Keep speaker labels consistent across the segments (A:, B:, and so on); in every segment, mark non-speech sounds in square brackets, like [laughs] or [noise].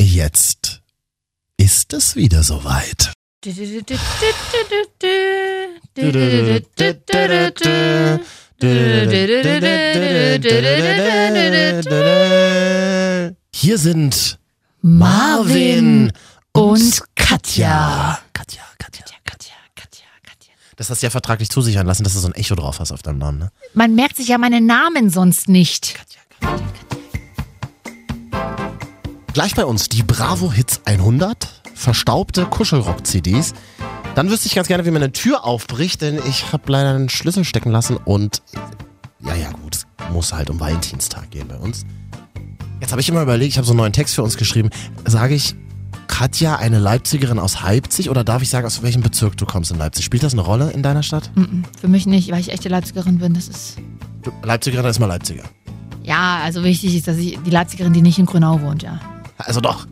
A: Jetzt ist es wieder soweit. Hier sind Marvin und Katja. Katja, Katja. Das hast du ja vertraglich zusichern lassen, dass du so ein Echo drauf hast auf deinem Namen, ne?
B: Man merkt sich ja meine Namen sonst nicht.
A: Gleich bei uns die Bravo Hits 100, verstaubte Kuschelrock-CDs. Dann wüsste ich ganz gerne, wie man eine Tür aufbricht, denn ich habe leider einen Schlüssel stecken lassen und ja, ja, gut, es muss halt um Valentinstag gehen bei uns. Jetzt habe ich immer überlegt, ich habe so einen neuen Text für uns geschrieben. Sage ich Katja, eine Leipzigerin aus Leipzig oder darf ich sagen, aus welchem Bezirk du kommst in Leipzig? Spielt das eine Rolle in deiner Stadt?
B: Mm-mm, Für mich nicht, weil ich echte Leipzigerin bin. Das ist.
A: Du, Leipzigerin ist mal Leipziger.
B: Ja, also wichtig ist, dass ich die Leipzigerin, die nicht in Grünau wohnt, ja.
A: Also doch.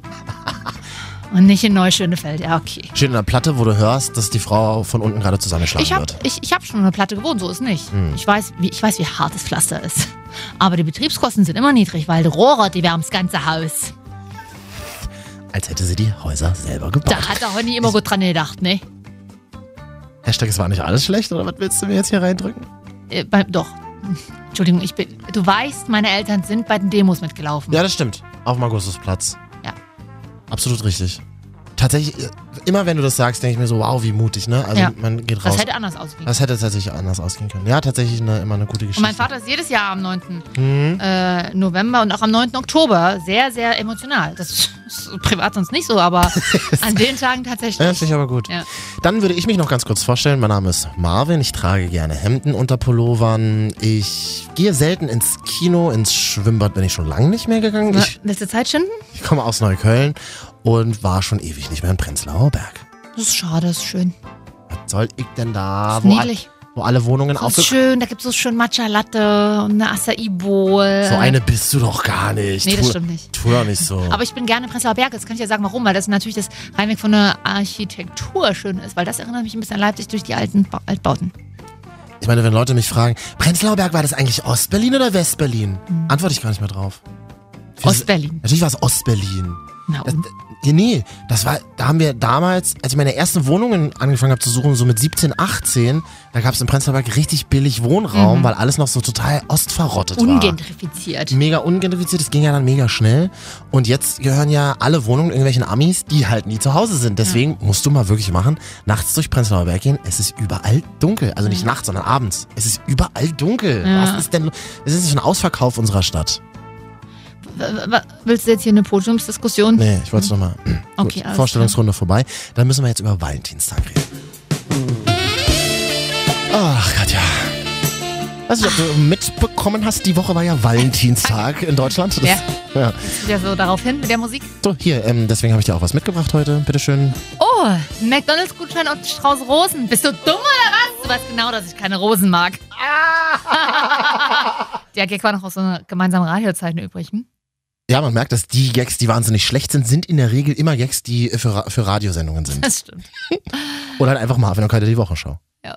B: Und nicht in Neuschönefeld, ja, okay.
A: Steht in der Platte, wo du hörst, dass die Frau von unten gerade zusammengeschlagen
B: Ich habe
A: wird.
B: ich, ich hab schon eine Platte gewohnt, so ist nicht. Ich, weiß, wie, ich weiß, wie hart das Pflaster ist. Aber die Betriebskosten sind immer niedrig, weil die Rohre, die wärmen das ganze Haus.
A: Als hätte sie die Häuser selber gebaut.
B: Da hat der Honey immer gut dran gedacht, ne?
A: Hashtag, es war nicht alles schlecht, oder was willst du mir jetzt hier reindrücken?
B: Äh, bei, doch. Entschuldigung, ich bin. Du weißt, meine Eltern sind bei den Demos mitgelaufen.
A: Ja, das stimmt. Auf dem Augustusplatz.
B: Ja.
A: Absolut richtig. Tatsächlich, äh, immer wenn du das sagst, denke ich mir so, wow, wie mutig, ne? Also
B: Ja.
A: man geht raus.
B: das hätte anders ausgehen
A: das hätte tatsächlich anders ausgehen können. Ja, tatsächlich eine, immer eine gute Geschichte.
B: Und mein Vater ist jedes Jahr am 9.
A: Mhm.
B: Äh, November und auch am 9. Oktober sehr, sehr emotional. Das ist- ist privat sonst nicht
A: [laughs]
B: so, aber an den Tagen
A: Ja,
B: tatsächlich.
A: finde ich aber gut.
B: Ja.
A: Dann würde ich mich noch ganz kurz vorstellen. Mein Name ist Marvin. Ich trage gerne Hemden unter Pullovern. Ich gehe selten ins Kino, ins Schwimmbad bin ich schon lange nicht mehr gegangen.
B: Na,
A: Ich,
B: Willst du Zeit schinden?
A: ich komme aus Neukölln und war schon ewig nicht mehr in Prenzlauer Berg.
B: Das ist schade, das ist schön.
A: Was soll ich denn da,
B: Ist
A: wo, all,
B: niedlich.
A: wo alle Wohnungen
B: Das ist
A: aufgekommen
B: schön, da gibt es so schön Matcha Latte und eine Acai Bowl.
A: So eine bist du doch gar nicht.
B: Nee, das
A: Tu-
B: stimmt nicht.
A: Tu doch nicht so.
B: Aber ich bin gerne in Prenzlauer Berg. Jetzt kann ich ja sagen, warum, weil das natürlich das Rheinweg von der Architektur schön ist, weil das erinnert mich ein bisschen an Leipzig durch die alten ba Altbauten.
A: Ich meine, wenn Leute mich fragen, Prenzlauer Berg, war das eigentlich Ostberlin oder Westberlin? Antworte ich gar nicht mehr drauf. Wir-
B: Mhm. Ostberlin.
A: Natürlich war es Ostberlin.
B: Na,
A: Das,
B: und
A: äh, nee, das war, da haben wir damals, als ich meine ersten Wohnungen angefangen habe zu suchen, so mit 17, 18, da gab es in Prenzlauer Berg richtig billig
B: Mhm.
A: Wohnraum, weil alles noch so total ostverrottet war.
B: ungentrifiziert.
A: Mega ungentrifiziert, das ging ja dann mega schnell. Und jetzt gehören ja alle Wohnungen irgendwelchen Amis, die halt nie zu Hause sind. Deswegen musst du mal wirklich machen, nachts durch Prenzlauer Berg gehen, es ist überall dunkel. Also nicht nachts, sondern abends. Es ist überall dunkel.
B: Ja.
A: Was ist denn, lo- es ist nicht ein Ausverkauf unserer Stadt.
B: W- w- Willst du jetzt hier eine Podiumsdiskussion?
A: Nee, ich wollte es nochmal.
B: Hm.
A: [clears throat]
B: Okay, alles
A: Vorstellungsrunde vorbei. Dann müssen wir jetzt über Valentinstag reden. Ach, Katja. Weiß nicht, ob du mitbekommen hast, die Woche war ja Valentinstag in Deutschland. Das, ja.
B: wieder so darauf hin mit der Musik.
A: So, hier, ähm, deswegen habe ich dir auch was mitgebracht heute. Bitteschön.
B: Oh, ein McDonalds-Gutschein und ein Strauß Rosen. Bist du dumm oder was? Du weißt genau, dass ich keine Rosen [laughs] mag. der Gag war noch aus so einer gemeinsamen Radiozeiten übrig. Hm?
A: Ja, man merkt, dass die Gags, die wahnsinnig schlecht sind, sind in der Regel immer Gags, die für, Ra- für Radiosendungen sind.
B: [laughs] Das stimmt.
A: Oder halt einfach Marvin und Katja die Wochenschau.
B: Ja.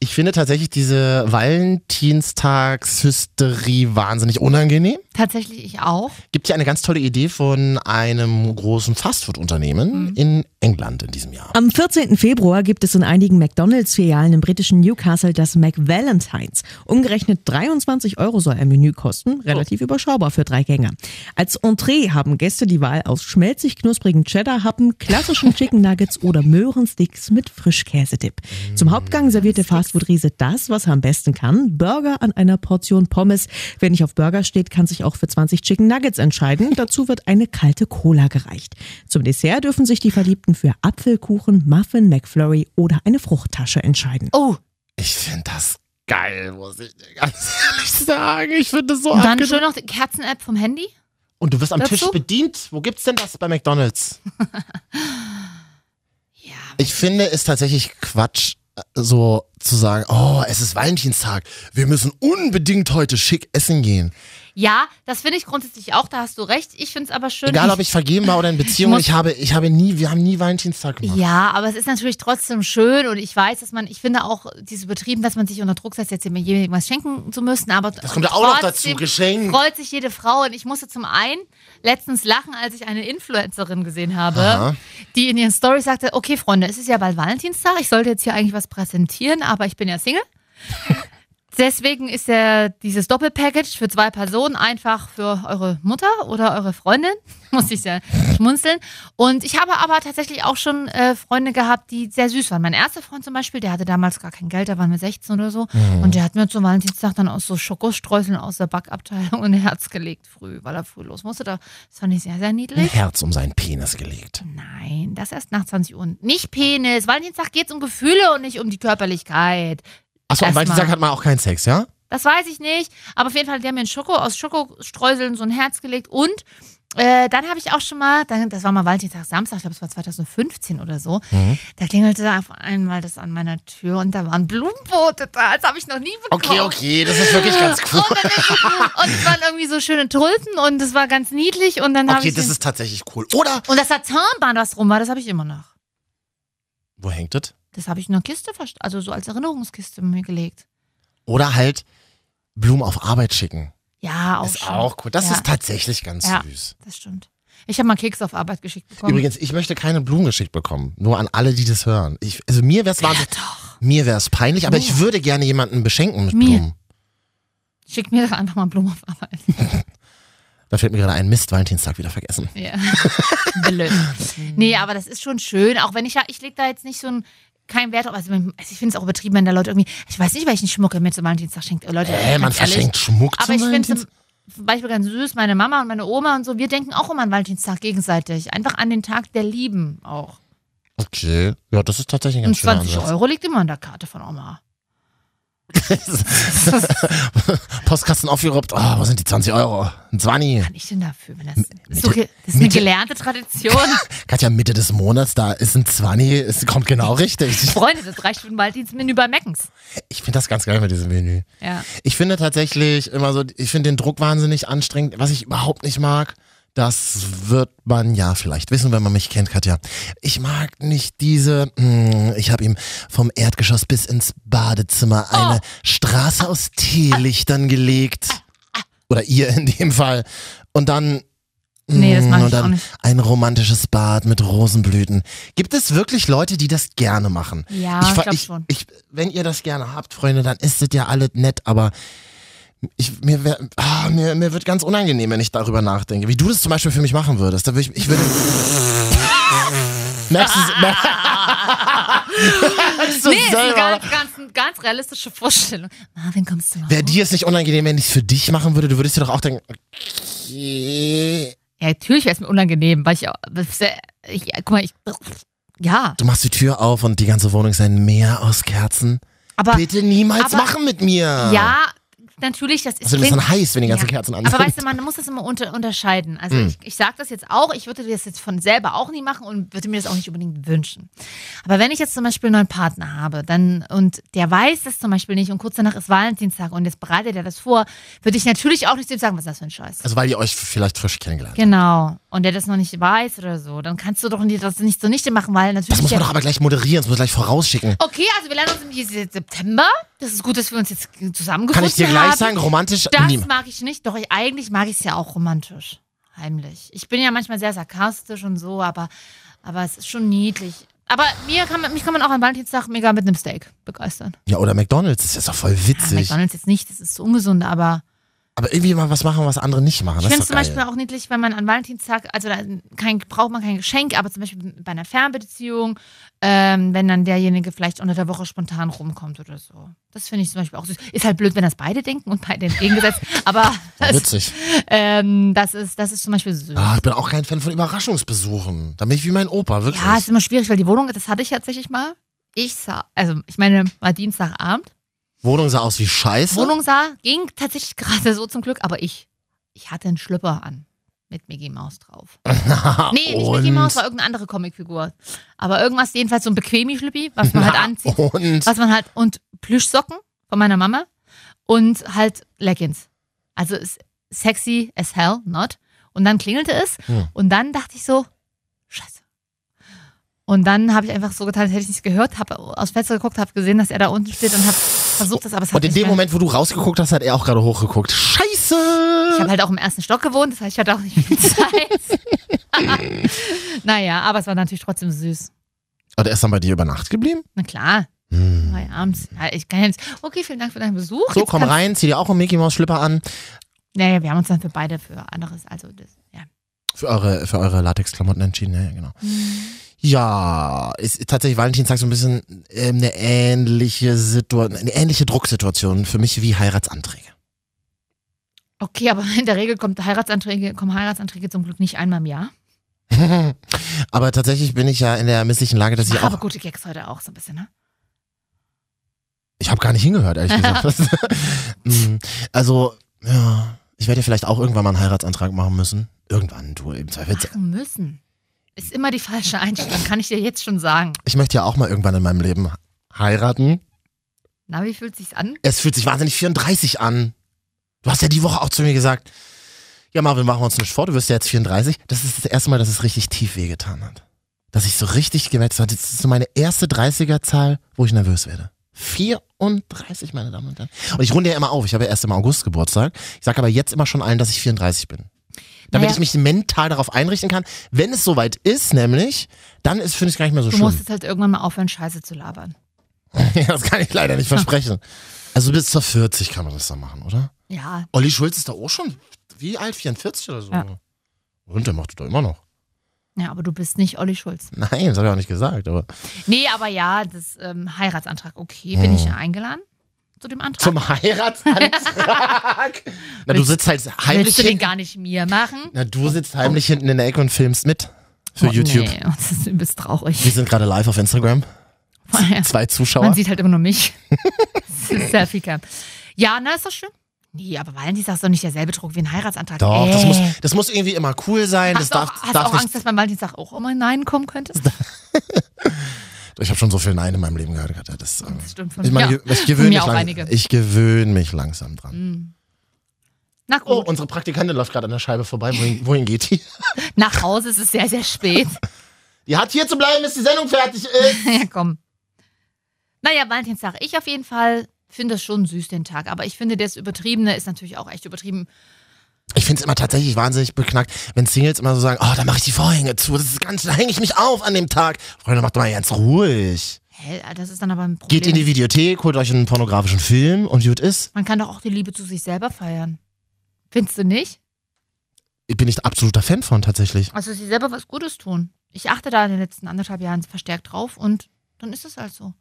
A: Ich finde tatsächlich diese Valentinstagshysterie wahnsinnig unangenehm.
B: Tatsächlich ich auch.
A: gibt ja eine ganz tolle Idee von einem großen Fastfood-Unternehmen in England in diesem Jahr.
C: Am 14. Februar gibt es in einigen McDonalds-Filialen im britischen Newcastle das McValentines. Umgerechnet 23 Euro soll ein Menü kosten, relativ überschaubar für drei Gänger. Als Entree haben Gäste die Wahl aus schmelzig knusprigen Cheddar-Happen, klassischen Chicken Nuggets oder Möhrensticks mit Frischkäsedip. Zum Hauptgang serviert der Fastfood-Riese das, was er am besten kann, Burger an einer Portion Pommes. Wer nicht auf Burger steht, kann sich auch für 20 Chicken Nuggets entscheiden. Dazu wird eine kalte Cola gereicht. Zum Dessert dürfen sich die Verliebten für Apfelkuchen, Muffin, McFlurry oder eine Fruchttasche entscheiden.
B: Oh,
A: Ich finde das geil, muss ich dir ganz [laughs] ehrlich sagen. Ich finde das so
B: und dann
A: abgedreht.
B: schön noch die Kerzen-App vom Handy.
A: Und du wirst am
B: Dazu?
A: Tisch bedient. Wo gibt's denn das bei McDonalds?
B: [laughs] Ja.
A: Ich finde es tatsächlich Quatsch, äh, so zu sagen, oh, es ist Valentinstag. Wir müssen unbedingt heute schick essen gehen.
B: Ja, das finde ich grundsätzlich auch, da hast du recht. Ich finde es aber schön.
A: Egal, ob ich vergeben war oder
B: [laughs]
A: in Beziehung,
B: muss-
A: ich habe, ich habe nie, wir haben nie Valentinstag gemacht.
B: Ja, aber es ist natürlich trotzdem schön und ich weiß, dass man, ich finde auch dieses Übertrieben, dass man sich unter Druck setzt, jetzt jemandem was schenken zu müssen, aber
A: Das kommt ja auch noch dazu, Geschenk.
B: freut sich jede Frau und ich musste zum einen letztens lachen, als ich eine Influencerin gesehen habe,
A: Aha.
B: die in ihren Stories sagte, okay Freunde, es ist ja bald Valentinstag, ich sollte jetzt hier eigentlich was präsentieren, aber ich bin ja Single. Deswegen ist ja dieses Doppelpackage für zwei Personen einfach für eure Mutter oder eure Freundin. [laughs] Muss ich sehr schmunzeln. Und ich habe aber tatsächlich auch schon äh, Freunde gehabt, die sehr süß waren. Mein erster Freund zum Beispiel, der hatte damals gar kein Geld, da waren wir 16 oder so.
A: Mhm.
B: Und der hat mir zum Valentinstag dann aus so Schokostreuseln aus der Backabteilung ein Herz gelegt, früh, weil er früh los musste. Da- Das fand ich sehr, sehr
A: Ein
B: niedlich.
A: Herz um seinen Penis gelegt.
B: Nein, das erst nach 20 Uhr. Nicht Penis. Valentinstag geht es um Gefühle und nicht um die Körperlichkeit.
A: Achso, am
B: Erstmal.
A: Valentinstag hat man auch keinen Sex, ja?
B: Das weiß ich nicht. Aber auf jeden Fall, die haben mir ein Schoko aus Schokostreuseln so ein Herz gelegt. Und äh, dann habe ich auch schon mal, dann, das war mal Valentinstag, Samstag, ich glaube, es war 2015 oder so.
A: Mhm.
B: Da klingelte auf einmal das an meiner Tür und da waren Blumenboote da. Das habe ich noch nie bekommen.
A: Okay, okay, das ist wirklich ganz cool.
B: Und, dann ist, und es waren irgendwie so schöne Tulpen und es war ganz niedlich. Und dann habe
A: Okay,
B: ich.
A: das
B: den-
A: ist tatsächlich cool. Oder,
B: und das Satanband, was rum war, das habe ich immer noch.
A: wo hängt das?
B: Das habe ich in einer Kiste, verst- also so als Erinnerungskiste mir gelegt.
A: Oder halt Blumen auf Arbeit schicken.
B: Ja, auch
A: ist
B: schon.
A: auch cool. Das
B: Ja.
A: ist tatsächlich ganz
B: Ja.
A: süß.
B: Das stimmt. Ich habe mal Keks auf Arbeit geschickt bekommen.
A: Übrigens, ich möchte keine Blumen geschickt bekommen. Nur an alle, die das hören. Ich, also mir wäre es wahnsinnig. Mir wäre es peinlich, aber ich würde gerne jemanden beschenken mit
B: Mir.
A: Blumen.
B: Schick mir doch einfach mal Blumen auf
A: [laughs]
B: Arbeit.
A: Da fällt mir gerade ein Mist, Valentinstag wieder vergessen.
B: Ja. Blöd. Nee, aber das ist schon schön, auch wenn ich ja, ich lege da jetzt nicht so ein keinen Wert drauf. Also, also ich finde es auch übertrieben, wenn da Leute irgendwie, ich weiß nicht, welchen Schmuck ihr mir zum Valentinstag schenkt. Äh, Leute,
A: Äh,
B: ganz
A: man
B: ehrlich.
A: verschenkt Schmuck
B: Aber
A: zum
B: ich finde es
A: Valentinstag.
B: zum Beispiel ganz süß, meine Mama und meine Oma und so, wir denken auch immer an Valentinstag gegenseitig. Einfach an den Tag der Lieben auch.
A: Okay, ja, das ist tatsächlich ein
B: Und
A: ganz genau schöner
B: 20
A: Ansatz.
B: Euro liegt immer in der Karte von Oma.
A: [laughs] Postkasten aufgeruppt. Oh, wo sind die 20 Euro? Ein 20.
B: Kann ich denn dafür? Wenn das, das, ist
A: Mitte-
B: so, ge- das ist eine
A: Mitte-
B: gelernte Tradition.
A: [laughs] Katja, Mitte des Monats, da ist ein 20. Es kommt genau richtig.
B: Freunde, das reicht für ein Valentinsmenü bei Meckens.
A: Ich finde das ganz geil mit diesem Menü.
B: Ja.
A: Ich finde tatsächlich immer so, ich finde den Druck wahnsinnig anstrengend. Was ich überhaupt nicht mag, das wird man ja vielleicht wissen, wenn man mich kennt, Katja. Ich mag nicht diese, mh, ich habe ihm vom Erdgeschoss bis ins Badezimmer
B: Oh.
A: eine Straße aus Teelichtern gelegt. Oder ihr in dem Fall. Und dann.
B: Nee, das mag
A: mh,
B: ich
A: und dann
B: auch nicht.
A: Ein romantisches Bad mit Rosenblüten. Gibt es wirklich Leute, die das gerne machen?
B: Ja,
A: ich,
B: ich
A: ver-
B: glaub
A: ich,
B: schon.
A: Ich, wenn ihr das gerne habt, Freunde, dann ist es ja alles nett, aber ich, mir, wär, ah, mir, mir wird ganz unangenehm, wenn ich darüber nachdenke. Wie du das zum Beispiel für mich machen würdest. Da würde ich, ich
B: [laughs]
A: würde. Merkst du's- mer- Merkst du's
B: Nee, ist eine
A: selber, oder?
B: ganz, ganz, ganz realistische Vorstellung. Marvin, kommst du mal?
A: Wäre dir es nicht unangenehm, wenn ich es für dich machen würde? Du würdest dir doch auch denken, okay.
B: Ja, natürlich wäre es mir unangenehm, weil ich auch. das ist ja- Ich, ja, guck mal, ich. Ja,
A: Du machst die Tür auf und die ganze Wohnung ist ein Meer aus Kerzen.
B: aber.
A: Bitte niemals
B: aber-
A: machen mit mir.
B: Ja, natürlich, das ist.
A: Also, du bist
B: klingt-
A: dann heiß, wenn die ganzen
B: Ja.
A: Kerzen Hm. an
B: Aber weißt du, man muss das immer unter, unterscheiden. Also ich, ich sage das jetzt auch, ich würde das jetzt von selber auch nie machen und würde mir das auch nicht unbedingt wünschen. Aber wenn ich jetzt zum Beispiel einen neuen Partner habe dann, und der weiß das zum Beispiel nicht und kurz danach ist Valentinstag und jetzt bereitet er das vor, würde ich natürlich auch nicht zu ihm sagen, was ist das für ein Scheiß.
A: Also, weil ihr euch vielleicht frisch kennengelernt habt.
B: Genau. Und der das noch nicht weiß oder so, dann kannst du doch nicht- das nicht zunichte machen, weil natürlich.
A: Das muss man
B: ja-
A: doch aber gleich moderieren, das muss man gleich vorausschicken.
B: okay, also wir lernen uns im September. Das ist gut, dass wir uns jetzt zusammengefunden
A: Kann ich dir gleich
B: haben.
A: sagen, romantisch?
B: Das
A: Niemand.
B: mag ich nicht, doch ich, eigentlich mag ich es ja auch romantisch. Heimlich. Ich bin ja manchmal sehr sarkastisch und so, aber, aber es ist schon niedlich. Aber mir kann man, mich kann man auch an Valentinstag mega mit einem Steak begeistern.
A: Ja, oder McDonalds, das ist doch voll
B: Ja,
A: witzig.
B: McDonalds jetzt nicht, das ist so ungesund, aber
A: aber irgendwie mal was machen, was andere nicht machen.
B: ich
A: Das ist
B: finde es
A: doch
B: zum Beispiel
A: geil.
B: auch niedlich, wenn man an Valentinstag, also da kein, braucht man kein Geschenk, aber zum Beispiel bei einer Fernbeziehung, ähm, wenn dann derjenige vielleicht unter der Woche spontan rumkommt oder so. Das finde ich zum Beispiel auch süß. Ist halt blöd, wenn das beide denken und beide
A: [laughs]
B: entgegengesetzt, aber das,
A: Witzig.
B: ähm, das, ist, das ist zum Beispiel süß.
A: Ah, ich bin auch kein Fan von Überraschungsbesuchen. Da bin ich wie mein Opa, wirklich.
B: Ja, ist immer schwierig, weil die Wohnung, das hatte ich tatsächlich mal. Ich sah, also ich meine, war Dienstagabend.
A: Wohnung sah aus wie Scheiße. [laughs]
B: Wohnung sah, ging tatsächlich [laughs] gerade so zum Glück, aber ich, ich hatte einen Schlüpper an mit Mickey Mouse drauf. Nee, nicht Mickey
A: Ah, Und-
B: Mouse, war irgendeine andere Comicfigur. Aber irgendwas, jedenfalls so ein Bequemi-Schlüppi, was man halt
A: oh.
B: anzieht.
A: Und
B: Was man halt, und Plüschsocken von meiner Mama und halt Leggings. Also es, sexy as hell, not. Und dann klingelte es
A: Ja.
B: und dann dachte ich so, scheiße. Und dann habe ich einfach so getan, als hätte ich nichts gehört, habe aus dem Fenster geguckt, habe gesehen, dass er da unten steht und habe versucht, das aber es hat
A: Und in
B: nicht
A: dem
B: mehr-
A: Moment, wo du rausgeguckt hast, hat er auch gerade hochgeguckt.
B: Ich
A: Scheiße!
B: habe halt auch im ersten Stock gewohnt, das heißt, ich hatte auch nicht
A: [laughs]
B: viel Zeit. [laughs] naja, aber es war natürlich trotzdem süß.
A: Und er ist dann bei dir über Nacht geblieben?
B: Na klar,
A: Hm.
B: war Oh ja abends. Ja, ich kann jetzt, okay, vielen Dank für deinen Besuch.
A: So,
B: Jetzt
A: komm
B: kannst-
A: rein, zieh dir auch einen Mickey Mouse Schlipper an.
B: Naja, wir haben uns dann für beide, für anderes, also das, ja.
A: Für eure, für eure Latexklamotten entschieden, ja, ja, genau. Ja, ist ist tatsächlich Valentinstag so ein bisschen ähm, eine ähnliche Situation, eine ähnliche Drucksituation für mich wie Heiratsanträge. [laughs]
B: Okay, aber in der Regel kommt Heiratsanträge, kommen Heiratsanträge zum Glück nicht einmal im Jahr.
A: Aber tatsächlich bin ich ja in der misslichen Lage, dass ich
B: aber
A: auch.
B: gute Gags heute auch so ein bisschen, ne?
A: Ich habe gar nicht hingehört, ehrlich gesagt. [laughs] Das- Mm, also, ja, ich werde ja vielleicht auch irgendwann mal einen Heiratsantrag machen müssen. Irgendwann, du, im Zweifel.
B: Machen müssen. Ist immer die falsche Einstellung, kann ich dir jetzt schon sagen.
A: Ich möchte ja auch mal irgendwann in meinem Leben heiraten.
B: Na, wie fühlt sich's an?
A: Es fühlt sich wahnsinnig 34 an. Du hast ja die Woche auch zu mir gesagt, ja Marvin, machen wir uns nicht vor, du wirst ja jetzt 34. Das ist das erste Mal, dass es richtig tief wehgetan hat. Dass ich so richtig gemerkt habe, das ist so meine erste 30er-Zahl, wo ich nervös werde. 34, meine Damen und Herren. Und ich runde ja immer auf, ich habe ja erst im August Geburtstag. Ich sage aber jetzt immer schon allen, dass ich 34 bin. Damit
B: Naja.
A: ich mich mental darauf einrichten kann. Wenn es soweit ist, nämlich, dann ist, finde ich es gar nicht mehr so
B: Du
A: schlimm.
B: musst jetzt halt irgendwann mal aufhören, Scheiße zu labern.
A: [laughs] Ja, das kann ich leider nicht versprechen. Also bis zur 40 kann man das dann machen, oder?
B: Ja,
A: Olli Schulz ist da auch schon wie alt? 44 oder so?
B: Ja.
A: Und der macht es doch immer noch.
B: ja, aber du bist nicht Olli Schulz.
A: Nein, das habe ich auch nicht gesagt. Aber
B: Nee, aber ja, das ähm, Heiratsantrag, okay, bin ich ja eingeladen zu dem Antrag.
A: Hm. zum
B: [laughs]
A: Heiratsantrag. Na, du sitzt halt heimlich
B: Ah. Willst du den
A: hinten.
B: gar nicht mir machen?
A: Na, du sitzt heimlich hinten in der Ecke und filmst mit für
B: Oh,
A: YouTube.
B: Nee, [laughs] das ist übelst
A: Wir
B: traurig.
A: sind gerade live auf Instagram. Zwei Zuschauer.
B: Oh, Man sieht halt immer nur mich. [laughs] Das ist Selfie Cam. Ja, na, ist doch schön. Nee, aber Valentinstag ist doch nicht derselbe Druck wie ein Heiratsantrag.
A: doch,
B: äh.
A: das, muss, das muss irgendwie immer cool sein. Das
B: Hast du auch,
A: darf,
B: hast du
A: darf
B: auch
A: nicht.
B: Angst, dass man Valentinstag auch immer hineinkommen könnte?
A: Ich habe schon so viel Nein in meinem Leben gehört. Das, ähm,
B: Das stimmt von
A: ich meine,
B: mir.
A: ich gewöhne
B: Mir
A: mich,
B: auch
A: lang,
B: einige. Mhm.
A: ich gewöhne mich langsam dran.
B: Na
A: Oh,
B: gut,
A: unsere Praktikantin läuft gerade an der Scheibe vorbei. Wohin, wohin geht die?
B: nach Hause ist es sehr, sehr
A: [laughs]
B: spät. [laughs]
A: Die hat hier zu bleiben, bis die Sendung fertig ist.
B: ja, komm. Naja, Valentinstag. Ich auf jeden Fall finde es schon süß, den Tag. Aber ich finde, das Übertriebene ist natürlich auch echt übertrieben.
A: Ich finde es immer tatsächlich wahnsinnig beknackt, wenn Singles immer so sagen, oh, da mache ich die Vorhänge zu, das ist ganz, da hänge ich mich auf an dem Tag. Freunde, macht mal ganz ruhig.
B: Hä, das ist dann aber ein Problem.
A: Geht in die Videothek, holt euch einen pornografischen Film und gut ist.
B: Man kann doch auch die Liebe zu sich selber feiern. Findest du nicht?
A: Ich bin nicht absoluter Fan von tatsächlich.
B: Also sich selber was Gutes tun. Ich achte da in den letzten anderthalb Jahren verstärkt drauf und dann ist es halt so.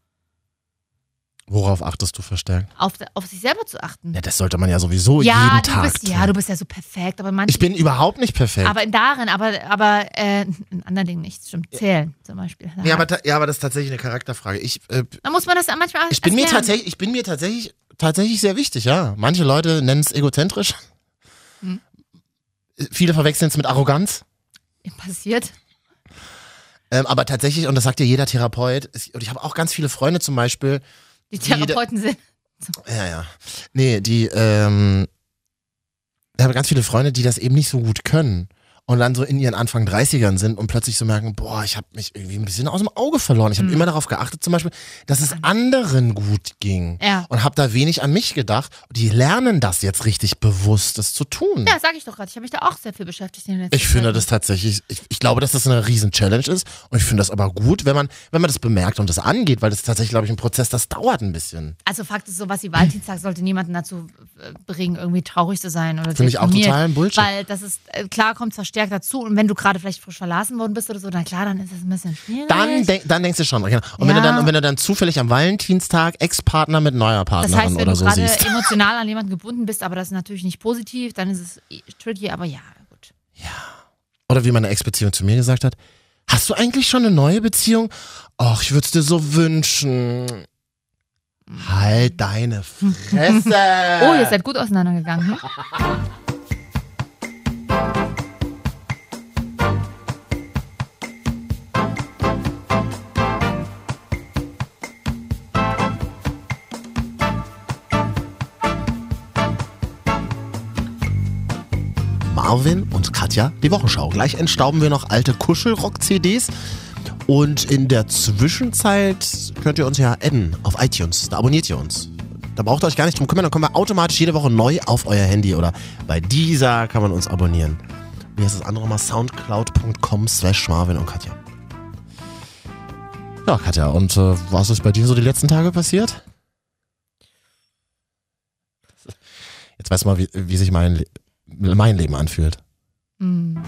A: Worauf achtest du verstärkt?
B: Auf, auf sich selber zu achten.
A: Ja, das sollte man ja sowieso
B: ja,
A: jeden
B: du
A: Tag
B: bist,
A: tun.
B: ja, du bist ja so perfekt, aber manche.
A: ich bin überhaupt nicht perfekt.
B: aber in darin, aber, aber äh, in anderen Dingen nicht. Stimmt, zählen zum Beispiel.
A: Nee, aber, ta- ja, aber das ist tatsächlich eine Charakterfrage. Ich äh,
B: da muss man das ja manchmal.
A: Ich bin mir
B: erklären.
A: tatsächlich, ich bin mir tatsächlich, tatsächlich sehr wichtig, ja. Manche Leute nennen es egozentrisch.
B: Hm.
A: Viele verwechseln es mit Arroganz.
B: Passiert.
A: Ähm, aber tatsächlich, und das sagt ja jeder Therapeut, es- und ich habe auch ganz viele Freunde zum Beispiel,
B: Die
A: Jeder-
B: Therapeuten sind. [laughs]
A: ja, ja, nee, die, ähm, ich habe ganz viele Freunde, die das eben nicht so gut können und dann so in ihren Anfang 30ern sind und plötzlich so merken, boah, ich habe mich irgendwie ein bisschen aus dem Auge verloren. Ich habe
B: Hm.
A: immer darauf geachtet zum Beispiel, dass es anderen gut ging.
B: Ja.
A: und habe da wenig an mich gedacht. Die lernen das jetzt richtig bewusst, das zu tun.
B: Ja, sag ich doch gerade. Ich habe mich da auch sehr viel beschäftigt in den letzten
A: Ich finde
B: Zeiten.
A: das tatsächlich, ich, ich glaube, dass das eine riesen Challenge ist und ich finde das aber gut, wenn man, wenn man das bemerkt und das angeht, weil das ist tatsächlich, glaube ich, ein Prozess, das dauert ein bisschen.
B: Also Fakt ist, sowas wie Valentinstag sollte niemanden dazu äh, bringen, irgendwie traurig zu sein oder
A: Finde ich auch
B: deprimiert.
A: totalen Bullshit.
B: Weil das ist, äh, klar kommt verstärkt dazu und wenn du gerade vielleicht frisch verlassen worden bist oder so, dann klar, dann ist das ein bisschen schwierig.
A: Dann, denk, dann denkst du schon, genau. Und, wenn du
B: Ja.
A: dann, und wenn du dann zufällig am Valentinstag Ex-Partner mit neuer
B: das
A: Partnerin
B: heißt, wenn
A: oder
B: du
A: so
B: gerade
A: siehst.
B: emotional an jemanden gebunden bist, aber das ist natürlich nicht positiv, dann ist es eh tricky, aber ja, gut.
A: Oder wie meine Ex-Beziehung zu mir gesagt hat, hast du eigentlich schon eine neue Beziehung? Och, ich würde es dir so wünschen. Halt deine Fresse. Äh.
B: Oh, ihr seid gut auseinandergegangen. Ne?
A: Marvin und Katja die Wochenschau. Gleich entstauben wir noch alte Kuschelrock-CDs. Und in der Zwischenzeit könnt ihr uns ja adden auf iTunes. Da abonniert ihr uns. Da braucht ihr euch gar nicht drum kümmern. Dann kommen wir automatisch jede Woche neu auf euer Handy. Oder bei dieser kann man uns abonnieren. Wie heißt das andere mal? Soundcloud.com slash Marvin und Katja. Ja, Katja, und äh, was ist bei dir so die letzten Tage passiert? Jetzt weißt du mal, wie, wie sich mein, Le- mein Leben anfühlt.
B: Hm.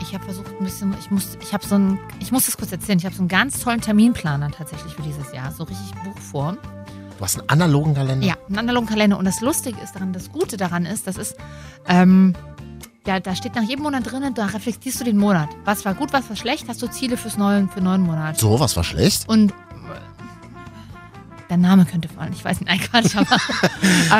B: Ich habe versucht ein bisschen, ich muss, ich habe so einen, ich muss das kurz erzählen, ich habe so einen ganz tollen Terminplaner tatsächlich für dieses Jahr, so richtig Buchform.
A: Du hast einen analogen Kalender.
B: Ja, einen analogen Kalender. Und das Lustige ist daran, das Gute daran ist, das ist, ähm, da, da steht nach jedem Monat drinnen, da reflektierst du den Monat. Was war gut, was war schlecht, hast du Ziele fürs neue, für neuen Monat.
A: So, was war schlecht?
B: Und äh, der Name könnte fallen, ich weiß nicht, nein, Quatsch, aber.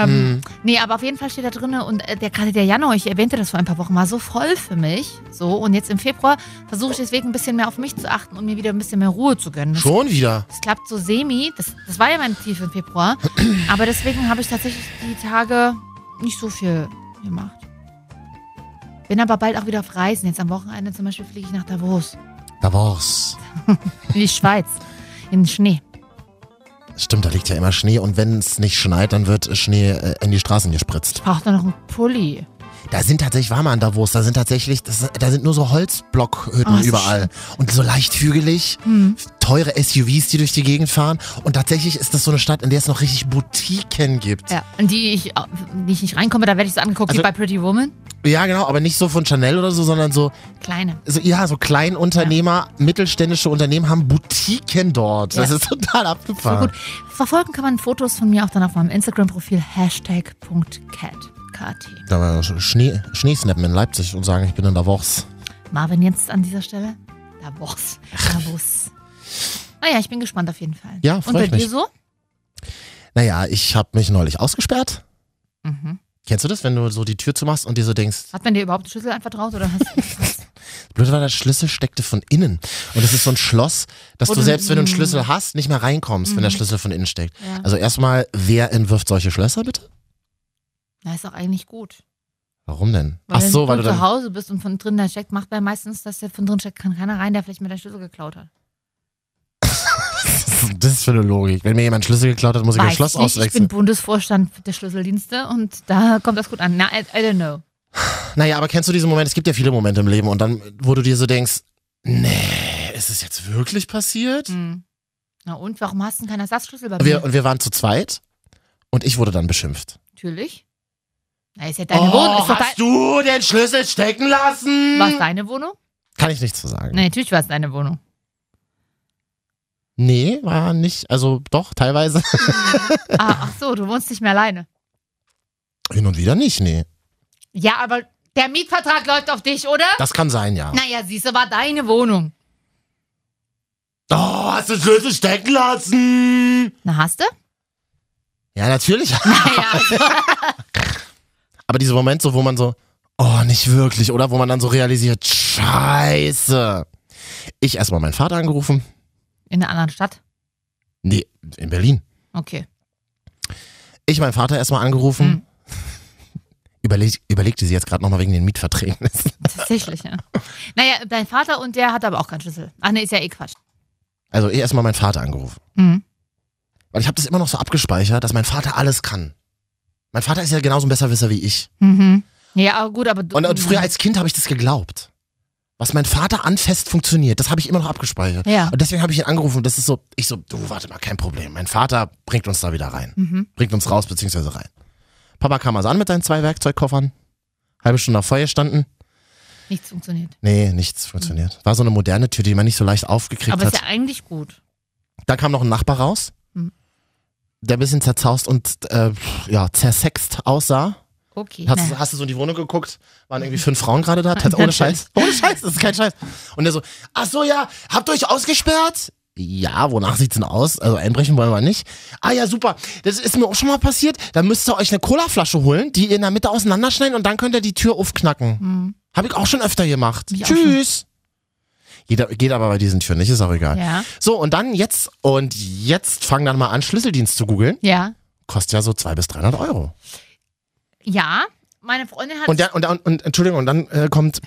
B: ähm, nee, aber auf jeden Fall steht da drin und äh, der, gerade der Januar, ich erwähnte das vor ein paar Wochen, war so voll für mich. So, und jetzt im Februar versuche ich deswegen ein bisschen mehr auf mich zu achten und mir wieder ein bisschen mehr Ruhe zu gönnen. Das
A: Schon wieder.
B: es klappt so semi. Das, das war ja mein Tief im Februar. Aber deswegen habe ich tatsächlich die Tage nicht so viel gemacht. Bin aber bald auch wieder auf Reisen. Jetzt am Wochenende zum Beispiel fliege ich nach Davos.
A: Da war's.
B: In die Schweiz. In den Schnee.
A: Stimmt, da liegt ja immer Schnee und wenn es nicht schneit, dann wird Schnee äh, in die Straßen gespritzt.
B: Braucht da noch einen Pulli.
A: Da sind tatsächlich warme an Davos, da sind tatsächlich, das, da sind nur so
B: Oh,
A: Holzblockhütten
B: ist Hm. das
A: überall und so leicht hügelig, teure SUVs, die durch die Gegend fahren und tatsächlich ist das so eine Stadt, in der es noch richtig Boutiquen gibt.
B: Ja. In die ich, in die ich nicht reinkomme, da werde ich so angeguckt
A: Also-
B: wie bei Pretty Woman.
A: ja, genau, aber nicht so von Chanel oder so, sondern so
B: Kleine.
A: so, ja, so Kleinunternehmer, mittelständische Unternehmen haben Boutiquen dort. Das
B: Ja.
A: ist total
B: So
A: abgefahren.
B: gut. Verfolgen kann man Fotos von mir auch dann auf meinem Instagram-Profil hashtag.cat. KT.
A: Da war Schnee, Schneesnappen in Leipzig und sagen, ich bin in Davos.
B: Marvin jetzt an dieser Stelle? Davos. Davos. Naja, Ah ich bin gespannt auf jeden Fall.
A: Ja, freu
B: Und bei
A: ich mich.
B: dir so?
A: Naja, ich habe mich neulich ausgesperrt.
B: Mhm.
A: Kennst du das, wenn du so die Tür zumachst und dir so denkst,
B: Hat man dir überhaupt einen Schlüssel einfach draus? Oder
A: [laughs]
B: hast
A: blöd war, der Schlüssel steckte von innen. Und das ist so ein Schloss, dass
B: Wo
A: du
B: du- Mhm.
A: selbst, wenn du einen
B: Mm.
A: Schlüssel hast, nicht mehr reinkommst, wenn der Schlüssel von innen steckt.
B: ja.
A: Also erstmal, wer entwirft solche Schlösser bitte?
B: Na, ist doch eigentlich gut.
A: Warum denn? Ach
B: wenn
A: so, weil du [laughs]
B: zu
A: dann...
B: Hause bist und von drin da steckt, macht man meistens, dass der von drin steckt, kann keiner rein, der vielleicht mal deinen Schlüssel geklaut hat.
A: Was ist Das für eine Logik. Wenn mir jemand einen Schlüssel geklaut hat, muss ich das Schloss
B: ich nicht. Ich bin
A: auswechseln.
B: Bundesvorstand der Schlüsseldienste und da kommt das gut an. Na, I, I don't know.
A: Naja, aber kennst du diesen Moment? Es gibt ja viele Momente im Leben und dann, wo du dir so denkst, nee, ist es jetzt wirklich passiert?
B: Hm. Na und, warum hast du denn keinen Ersatzschlüssel bei
A: Wir,
B: mir?
A: und wir waren zu zweit und ich wurde dann beschimpft.
B: Natürlich. Na, ist ja deine Wohnung. Ist doch dein,
A: Oh, du den Schlüssel stecken lassen?
B: war es deine Wohnung?
A: Kann ich nichts zu sagen.
B: Na, natürlich war es deine Wohnung.
A: Nee, war nicht. Also doch, teilweise. [laughs]
B: Ah, ach so, du wohnst nicht mehr alleine.
A: Hin und wieder nicht, nee.
B: Ja, aber der Mietvertrag läuft auf dich, oder?
A: Das kann sein, ja.
B: Naja, siehst du, war deine Wohnung.
A: Oh, hast du den Schlüssel stecken lassen?
B: Na, hast du? [laughs]
A: Ja, natürlich. [laughs]
B: Naja,
A: Aber dieser Moment so, wo man so, oh, nicht wirklich, oder? Wo man dann so realisiert, scheiße. Ich erstmal meinen Vater angerufen.
B: in einer anderen Stadt.
A: Nee, in Berlin.
B: Okay.
A: Ich meinen Vater erstmal angerufen.
B: Mhm.
A: [laughs] Überleg, überlegte sie jetzt gerade nochmal wegen den Mietverträgen.
B: Tatsächlich, ja. Naja, dein Vater und der hat aber auch keinen Schlüssel. Ach nee, ist ja eh Quatsch.
A: [laughs] Also ich erstmal meinen Vater angerufen.
B: Mhm.
A: Weil ich habe das immer noch so abgespeichert, dass mein Vater alles kann. Mein Vater ist ja genauso ein Besserwisser wie ich.
B: Mhm. Ja, aber gut, aber du.
A: Und, und früher als Kind habe ich das geglaubt. Was mein Vater anfasst, funktioniert. Das habe ich immer noch abgespeichert.
B: Ja.
A: Und deswegen habe ich ihn angerufen und das ist so, ich so, du, warte mal, kein Problem. Mein Vater bringt uns da wieder rein.
B: Mhm.
A: Bringt uns raus, beziehungsweise rein. Papa kam also an mit seinen zwei Werkzeugkoffern. Halbe Stunde auf Feuer standen.
B: Nichts funktioniert.
A: Nee, nichts funktioniert. War so eine moderne Tür, die man nicht so leicht aufgekriegt
B: Mhm. Aber
A: hat.
B: ist ja eigentlich gut.
A: Da kam noch ein Nachbar raus,
B: Mhm.
A: der ein bisschen zerzaust und äh, ja, zersext aussah.
B: Okay.
A: Hast, du,
B: naja.
A: hast du so in die Wohnung geguckt? Waren irgendwie fünf Frauen gerade da? Tats-
B: [laughs]
A: ohne Scheiß. Ohne Scheiß, das ist kein Scheiß. Und der so, ach so, ja, habt ihr euch ausgesperrt? Ja, wonach sieht's denn aus? Also einbrechen wollen wir nicht. Ah ja, super. Das ist mir auch schon mal passiert. Dann müsst ihr euch eine Colaflasche holen, die ihr in der Mitte auseinanderschneiden und dann könnt ihr die Tür aufknacken.
B: Mhm.
A: Hab ich auch schon öfter gemacht.
B: Ich auch
A: Tschüss. Jeder, geht aber bei diesen Türen nicht, ist auch egal.
B: Ja.
A: So, und dann jetzt, und jetzt fang dann mal an, Schlüsseldienst zu googeln.
B: Ja.
A: Kostet ja so 200 bis 300 Euro.
B: Ja. meine Freundin hat
A: Und, ja, und, und, und Entschuldigung, und dann äh, kommt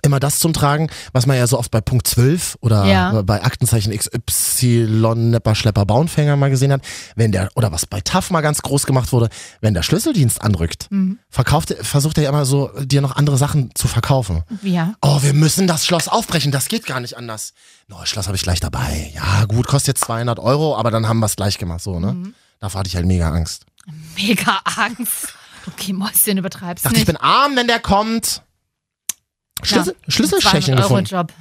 A: immer das zum Tragen, was man ja so oft bei Punkt 12 oder
B: Ja.
A: äh, bei Aktenzeichen XY Nepper Schlepper Baunfänger mal gesehen hat, wenn der oder was bei TAF mal ganz groß gemacht wurde, wenn der Schlüsseldienst anrückt,
B: Mhm.
A: verkauft, versucht er ja immer so dir noch andere Sachen zu verkaufen.
B: ja.
A: Oh, wir müssen das Schloss aufbrechen, das geht gar nicht anders. Neues Schloss habe ich gleich dabei. Ja, gut, kostet jetzt 200 Euro, aber dann haben wir es gleich gemacht, so, ne?
B: Mhm.
A: Davor hatte ich halt mega Angst.
B: mega Angst. Okay, Mäuschen, übertreibst
A: Dachte, ich
B: nicht.
A: bin arm, wenn der kommt. Schlüssel, Schlüsselschächen gefunden.
B: Euro-Job.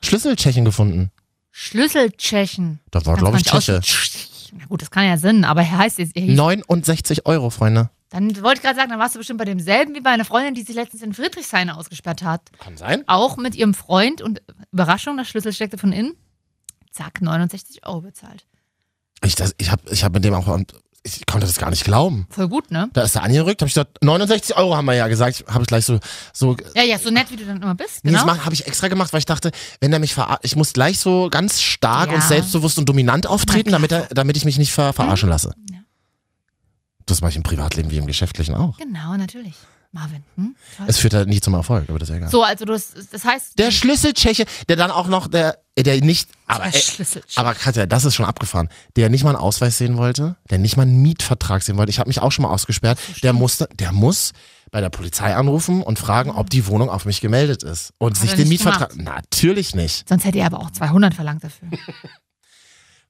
A: Schlüsseltschechen gefunden.
B: Schlüsseltschechen.
A: Das war,
B: Kannst
A: glaube
B: man
A: ich,
B: nicht
A: Tscheche.
B: aus- Na gut, das kann ja Sinn, aber er heißt jetzt, er hieß,
A: 69 Euro, Freunde.
B: dann wollte ich gerade sagen, dann warst du bestimmt bei demselben wie bei einer Freundin, die sich letztens in Friedrichshain ausgesperrt hat.
A: Kann sein.
B: Auch mit ihrem Freund und Überraschung, das Schlüssel steckte von innen. Zack, 69 Euro bezahlt.
A: Ich, das, ich habe ich hab mit dem auch. Ich konnte das gar nicht glauben.
B: Voll gut, ne?
A: Da ist er angerückt, habe ich gesagt, 69 Euro haben wir ja gesagt. Habe ich gleich so. so
B: Ja, ja, so nett, wie du dann immer bist.
A: Nee,
B: Genau.
A: Das habe ich extra gemacht, weil ich dachte, wenn er mich verarscht. Ich muss gleich so ganz stark
B: Ja.
A: und selbstbewusst und dominant auftreten, damit, er, damit ich mich nicht ver verarschen lasse.
B: Hm. Ja.
A: Das mache ich im Privatleben wie im Geschäftlichen auch.
B: genau, natürlich. Marvin. Hm? Toll.
A: Es führt halt nie zum Erfolg, aber das ist ja egal.
B: So, also du hast, das heißt,
A: Der Schlüsseltscheche, der dann auch noch, der, der nicht, aber, äh,
B: Schlüsseltschechen.
A: aber Katja, das ist schon abgefahren. Der nicht mal einen Ausweis sehen wollte, der nicht mal einen Mietvertrag sehen wollte. Ich habe mich auch schon mal ausgesperrt. Der musste, der muss bei der Polizei anrufen und fragen, ob die Wohnung auf mich gemeldet ist. Und
B: Ah. Hat
A: sich
B: er
A: den
B: nicht
A: Mietvertrag. Natürlich nicht.
B: Sonst hätte er aber auch 200 verlangt dafür.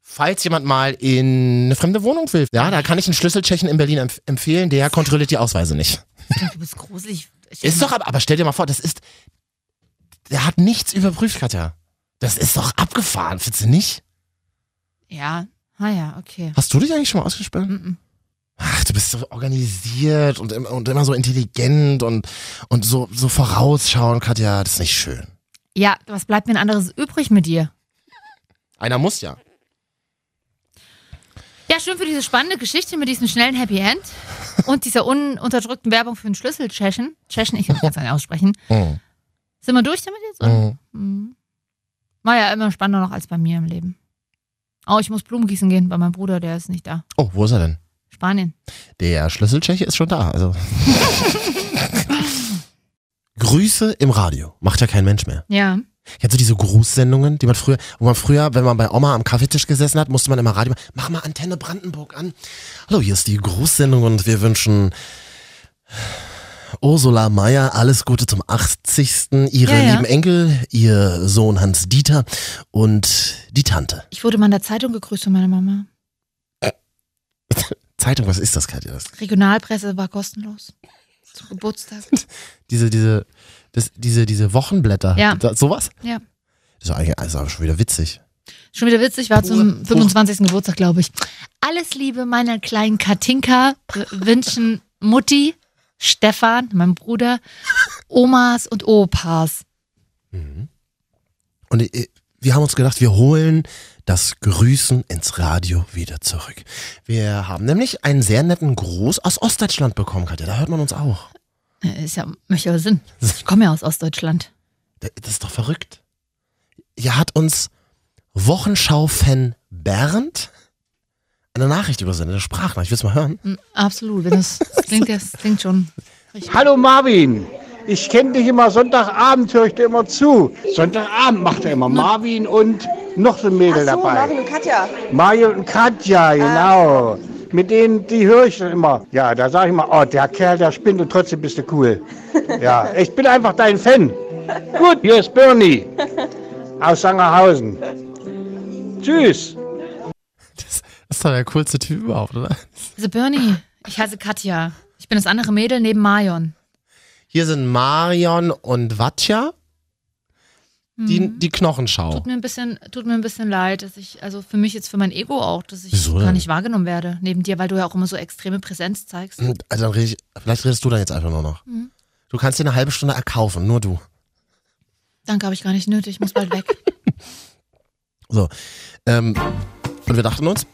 A: Falls jemand mal in eine fremde Wohnung will, ja, da kann ich einen Schlüsseltschechen in Berlin empf empfehlen, der kontrolliert die Ausweise nicht.
B: Du bist gruselig. Ich-
A: Ist doch, aber aber stell dir mal vor, das ist, der hat nichts überprüft, Katja. Das ist doch abgefahren, findest du nicht?
B: Ja. Ah ja, okay.
A: Hast du dich eigentlich schon mal ausgesperrt?
B: Mm-mm.
A: Ach, du bist so organisiert und, im- und immer so intelligent und, und so, so vorausschauend, Katja. Das ist nicht schön.
B: Ja, was bleibt mir denn anderes übrig mit dir?
A: Einer muss ja.
B: Ja, schön für diese spannende Geschichte mit diesem schnellen Happy End und dieser ununterdrückten Werbung für den Schlüssel Tschechen. Tschechen, ich kann es nicht aussprechen.
A: Mhm.
B: Sind wir durch damit jetzt? oder?
A: Mhm.
B: Mhm. War ja immer spannender noch als bei mir im Leben. Oh, ich muss Blumen gießen gehen bei meinem Bruder, der ist nicht da.
A: Oh, wo ist er denn?
B: Spanien.
A: Der Schlüsseltscheche ist schon da. Also. [laughs] Grüße im Radio. Macht ja kein Mensch mehr.
B: Ja.
A: Kennst du diese Grußsendungen, die man früher, wo man früher, wenn man bei Oma am Kaffeetisch gesessen hat, musste man immer Radio machen, mach mal Antenne Brandenburg an. Hallo, hier ist die Grußsendung und wir wünschen Ursula Meier alles Gute zum 80. Ihre
B: Ja, ja.
A: lieben Enkel, ihr Sohn Hans Dieter und die Tante.
B: Ich wurde mal in der Zeitung gegrüßt von meiner Mama.
A: Zeitung, was ist das, Katja? Das,
B: Regionalpresse war kostenlos. Zum Geburtstag.
A: diese, diese, das, diese, diese Wochenblätter.
B: Ja.
A: Da, sowas?
B: Ja.
A: Das ist eigentlich das ist aber schon wieder witzig.
B: Schon wieder witzig, war zum
A: Pure-
B: 25. Geburtstag, glaube ich. Alles Liebe meiner kleinen Katinka w- wünschen Mutti, Stefan, meinem Bruder, Omas und Opas.
A: Und äh, wir haben uns gedacht, wir holen das Grüßen ins Radio wieder zurück. Wir haben nämlich einen sehr netten Gruß aus Ostdeutschland bekommen, Katja. Da hört man uns auch.
B: Äh, Ist ja, möchte aber Sinn. Ich komme ja aus Ostdeutschland.
A: D- Das ist doch verrückt. Hier hat uns Wochenschau-Fan Bernd eine Nachricht übersendet, eine Sprachnachricht. Willst du mal hören?
B: Mm, Absolut. Wenn [laughs] das, das, klingt, das klingt schon.
D: Hallo Marvin, ich kenne dich immer Sonntagabend, höre ich dir immer zu. Sonntagabend macht er immer Marvin und noch so ein
E: Ach so,
D: Mädel dabei.
E: Marvin Ah. und Katja.
D: Mario und Katja, genau. Mit denen, die höre ich dann immer. Ja, da sage ich immer, oh, der Kerl, der spinnt und trotzdem bist du cool. Ja, ich bin einfach dein Fan. Gut, hier ist Bernie
E: [laughs]
D: aus Sangerhausen. Tschüss.
A: Das ist doch der coolste Typ überhaupt, oder?
B: Also Bernie, ich heiße Katja. Ich bin das andere Mädel neben Marion.
A: Hier sind Marion und Watja, die, die Knochenschau.
B: Mhm. Tut mir ein bisschen, tut mir ein bisschen leid, dass ich, also für mich jetzt für mein Ego auch, dass ich
A: Wieso
B: gar
A: denn?
B: nicht wahrgenommen werde. Neben dir, weil du ja auch immer so extreme Präsenz zeigst.
A: Hm, Also dann red ich, vielleicht redest du dann jetzt einfach nur noch.
B: Mhm.
A: Du kannst dir eine halbe Stunde erkaufen, nur du.
B: Danke, habe ich gar nicht nötig. Ich muss bald
A: [laughs]
B: weg.
A: So. Ähm, und wir dachten uns,